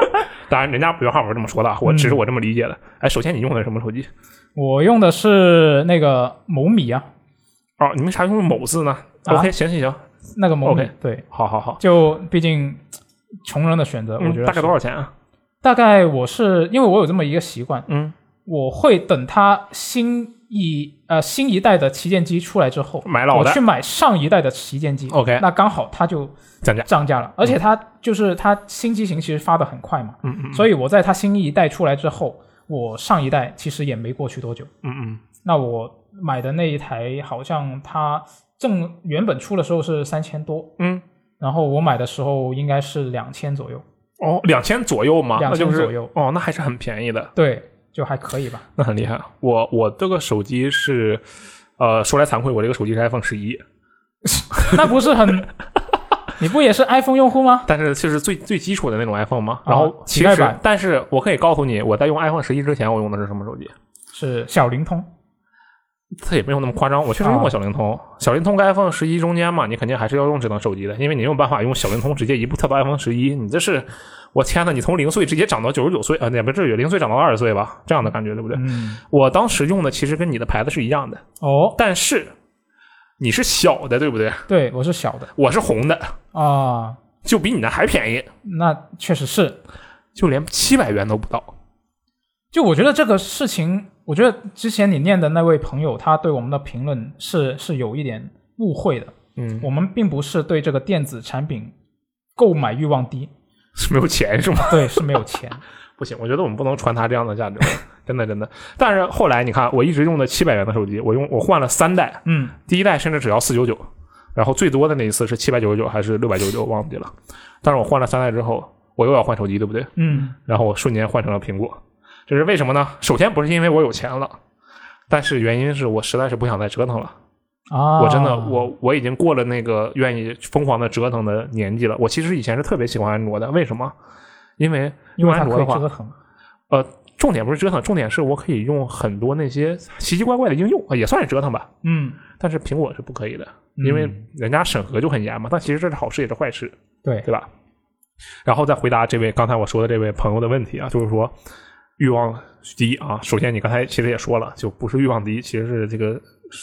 当然，人家原话不是这么说的啊，我只是我这么理解的。哎，首先你用的是什么手机？
我用的是那个某米啊，
啊哦，你为啥用某字呢？
啊
OK，行行行，
那个 moment，、
OK
对，
好好好。
就毕竟穷人的选择，我觉得是、
嗯大概多少钱啊？
大概我是因为我有这么一个习惯，
嗯，
我会等它新一呃新一代的旗舰机出来之后，
买老
我
的
去买上一代的旗舰机
OK
那刚好它就
降价。
涨价了，而且它就是它新机型其实发的很快嘛，
嗯嗯
所以我在它新一代出来之后，我上一代其实也没过去多久，
嗯嗯
那我买的那一台好像它正原本出的时候是三千多，
嗯，
然后我买的时候应该是两千左右，
哦，两千左右嘛，那
2000
就是
左右
哦，那还是很便宜的，
对，就还可以吧。
那很厉害。我我这个手机是，呃，说来惭愧，我这个手机是 iPhone 十一，
那不是很？你不也是 iPhone 用户吗？
但是就是最最基础的那种 iPhone 嘛。
啊
然后其
乞丐
实，
版
但是我可以告诉你，我在用 iPhone 十一之前，我用的是什么手机？
是小灵通，
它也没有那么夸张，我确实用
啊
过小灵通。小灵通跟 iPhone 十一中间嘛，你肯定还是要用智能手机的，因为你没有办法用小灵通直接一步跳到 iPhone 十一，你这是我天呐，你从零岁直接长到九十九岁啊，也不至于零岁长到二十岁吧，这样的感觉对不对？
嗯，
我当时用的其实跟你的牌子是一样的，
哦，
但是你是小的对不对？
对，我是小的
我是红的，
啊，
就比你那还便宜，
那确实是。
就连七百元都不到。
就我觉得这个事情，我觉得之前你念的那位朋友，他对我们的评论是是有一点误会的。
嗯，
我们并不是对这个电子产品购买欲望低，
是没有钱是吗？
对，是没有钱。
不行，我觉得我们不能传达这样的价值观，真的真的。但是后来你看，我一直用的七百元的手机，我用我换了三代，
嗯，
第一代甚至只要四九九，然后最多的那一次是七百九十九还是六百九十九，忘记了。但是我换了三代之后，我又要换手机，对不对？
嗯，
然后我瞬间换成了苹果，这是为什么呢？首先不是因为我有钱了，但是原因是我实在是不想再折腾了。
啊，
我真的，我我已经过了那个愿意疯狂的折腾的年纪了。我其实以前是特别喜欢安卓的，为什么？因为
因
用
为它
安卓
可
的
以
话
折，
呃
腾，
重点不是折腾，重点是我可以用很多那些奇奇怪怪的应用，啊也算是折腾吧。
嗯，
但是苹果是不可以的，因为
嗯
人家审核就很严嘛。但其实这是好事，也是坏事，
对，
对吧？然后再回答这位刚才我说的这位朋友的问题啊，就是说欲望低啊。首先，你刚才其实也说了，就不是欲望低，其实是这个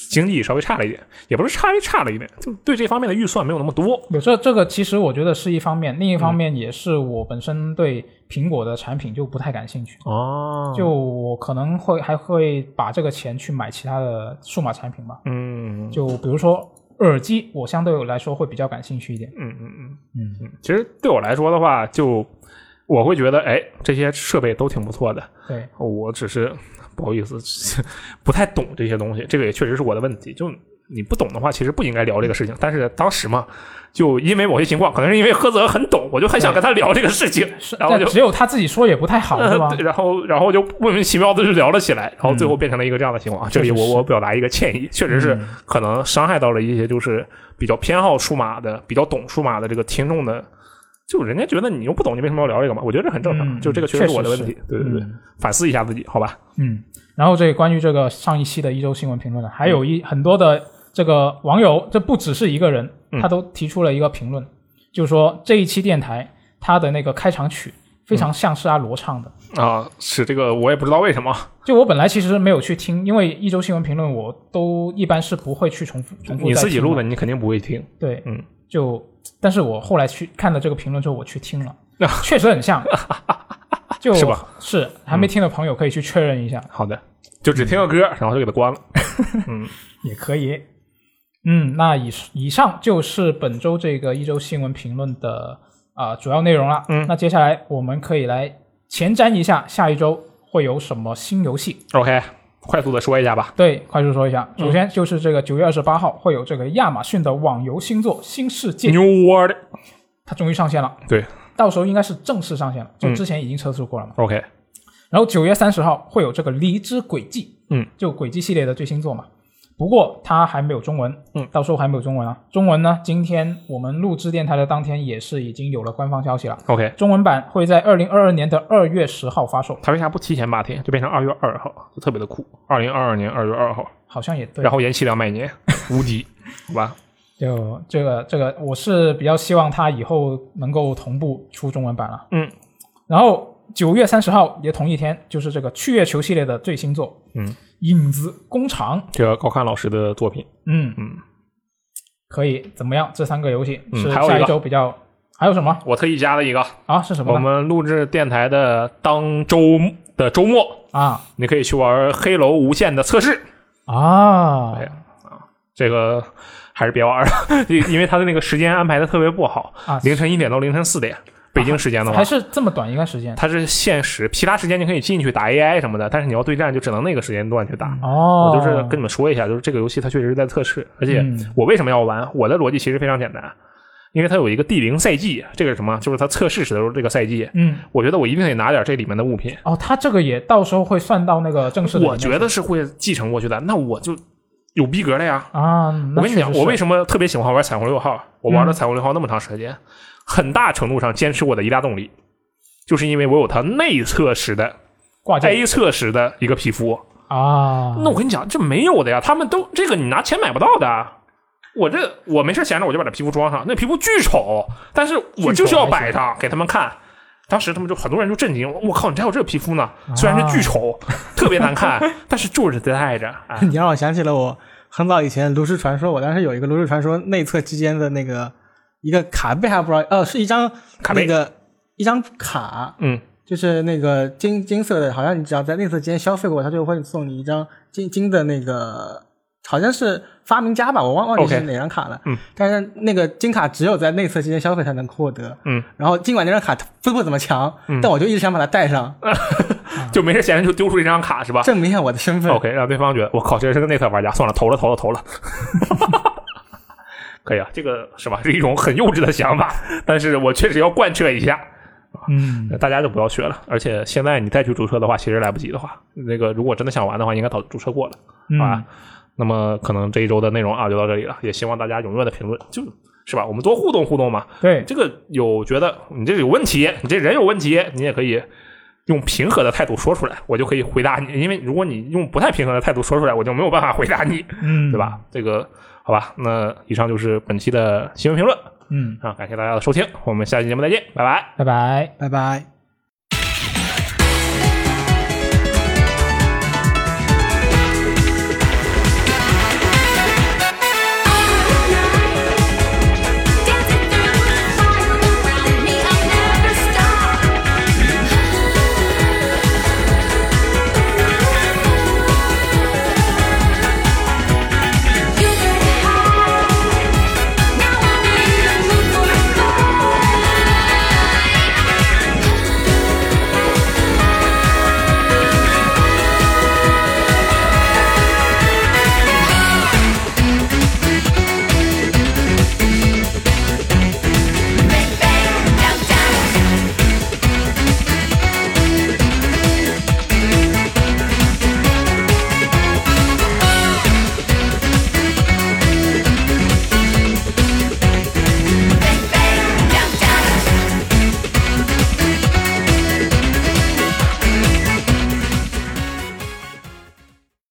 经济稍微差了一点，也不是差微差了一点，就对这方面的预算没有那么多。
有这这个，其实我觉得是一方面，另一
嗯
方面也是我本身对苹果的产品就不太感兴趣，
哦
就我可能会还会把这个钱去买其他的数码产品吧，
嗯，
就比如说耳机，我相对来说会比较感兴趣一点。
嗯嗯嗯。
嗯，
其实对我来说的话，就我会觉得，哎，这些设备都挺不错的，
对，
我只是不好意思， 不太懂这些东西，这个也确实是我的问题。就你不懂的话，其实不应该聊这个事情。但是当时嘛，就因为某些情况，可能是因为菏泽很懂，我就很想跟他聊这个事情，
是，
然后
但
就。
只有他自己说也不太好， 对吧嗯
呃，？对然后，然后就莫名其妙的就聊了起来，然后最后变成了一个这样的情况。啊这里我
确实是嗯
我表达一个歉意，确实是可能伤害到了一些就是比较偏好数码的、比较懂数码的这个听众的，就人家觉得你又不懂，你为什么要聊这个嘛？我觉得这很正常，
嗯
就这个确实是我的
确
问
实
题。对对对，
嗯
反思一下自己，好吧？
嗯，然后这个关于这个上一期的一周新闻评论呢，还有一很多的这个网友，这不只是一个人，
嗯
他都提出了一个评论，就是说这一期电台它的那个开场曲非
嗯
常像是阿罗唱的。
啊，是这个，我也不知道为什么。
就我本来其实没有去听，因为一周新闻评论我都一般是不会去重复重复
你
再
自己
听
录的，你肯定不会听。
对，
嗯，，
就但是我后来去看了这个评论之后，我去听了 确实很像，就是
是吧？
是还没听的朋友可以去确认一下，
好的，就只听
嗯
个歌，然后就给它关了。嗯，
也可以。嗯，那以以上就是本周这个一周新闻评论的啊、主要内容了。
嗯
那接下来我们可以来前瞻一下下一周会有什么新游戏。
OK，快速的说一下吧。
对，快速说一
嗯
下，首先就是这个九月二十八号会有这个亚马逊的网游新作《新世界》，
New World，
它终于上线了。
对，
到时候应该是正式上线了，就
嗯
之前已经测试过了嘛。
OK，
然后九月三十号会有这个《离之轨迹》，
嗯，
就轨迹系列的最新作嘛。不过它还没有中文，
嗯，
到时候还没有中文啊。中文呢，今天我们录制电台的当天也是已经有了官方消息了，
OK，
中文版会在二零二二年的二月十号发售，
他为啥不提前八天，就变成二月二号，就特别的酷。二零二二年二月二号，
好像也对。
然后延期两百 年，无敌，好吧？
就这个这个，我是比较希望它以后能够同步出中文版了。
嗯，
然后九月三十号也同一天，就是这个《去月球》系列的最新作，
嗯，
《影子工厂》。
这个高看老师的作品，
嗯
嗯，
可以怎么样？这三个游戏
嗯
是
还有一
下
个
一周比较还有什么
我特意加了一个，
啊？是什
我
么呢？
们录制电台的当周的周末，
啊
你可以去玩《黑楼无限》的测试，
啊
哎呀这个还是别玩了，因因为它的那个时间安排的特别不好，
啊！
凌晨一点到凌晨四点，北京时间的话
还。是这么短一个时间
它是限时，其他时间你可以进去打 AI 什么的，但是你要对战就只能那个时间段去打。
哦。
嗯我就是跟你们说一下，就是这个游戏它确实是在测试，而且
嗯
我为什么要玩？我的逻辑其实非常简单，因为它有一个地灵赛季，这个是什么？就是它测试时的这个赛季，
嗯
我觉得我一定得拿点这里面的物品，
哦，他这个也到时候会算到那个正式的里面。
我觉得是会继承过去的，那我就有逼格了呀。
啊，
我跟你讲，我为
什
什么特别喜欢玩彩虹六号？我玩了彩虹六号那么长时间，很大程度上坚持我的一大动力，就是因为我有它内测时的
挂件
A 测时的一个皮肤。
啊？
那我跟你讲，这没有的呀，他们都这个你拿钱买不到的。我这我没事闲着，我就把这皮肤装上，那皮肤巨丑，但是我就是要摆它给他们看。当时他们就很多人就震惊，我靠，你还有这皮肤呢？虽然是巨丑，特别难看，但是就是得带着。哎、
你让我想起了我很早以前《炉石传说》，我当时有一个《炉石传说》内测期间的那个一个卡背，还不知道，呃，是一张
卡背
那个一张卡，
嗯，
就是那个金金色的，好像你只要在内测期间消费过，他就会送你一张金金的那个，好像是发明家吧，我忘忘记是
OK
哪张卡了。
嗯，
但是那个金卡只有在内测期间消费才能获得。
嗯，
然后尽管那张卡分不怎么强，但我就一直想把它带上，
啊就没事闲着就丢出一张卡是吧
证明一下我的身份。
？OK，让对方觉得我靠，这是个内测玩家，算了，投了，投了，投了。 可以啊，这个是吧？是一种很幼稚的想法，但是我确实要贯彻一下。
嗯
呃大家就不要学了。而且现在你再去注册的话，其实来不及的话，那个如果真的想玩的话，应该早就注册过了，好吧
嗯，？
那么可能这一周的内容啊就到这里了，也希望大家踊跃的评论，就是吧，我们多互动互动嘛。
嗯对，
这个有觉得你这有问题，你这人有问题，你也可以。用平和的态度说出来，我就可以回答你。因为如果你用不太平和的态度说出来，我就没有办法回答你，
嗯，
对？吧？这个好吧，那以上就是本期的新闻评论
嗯，
啊，感谢大家的收听，我们下期节目再见，拜拜。
拜拜。
拜拜。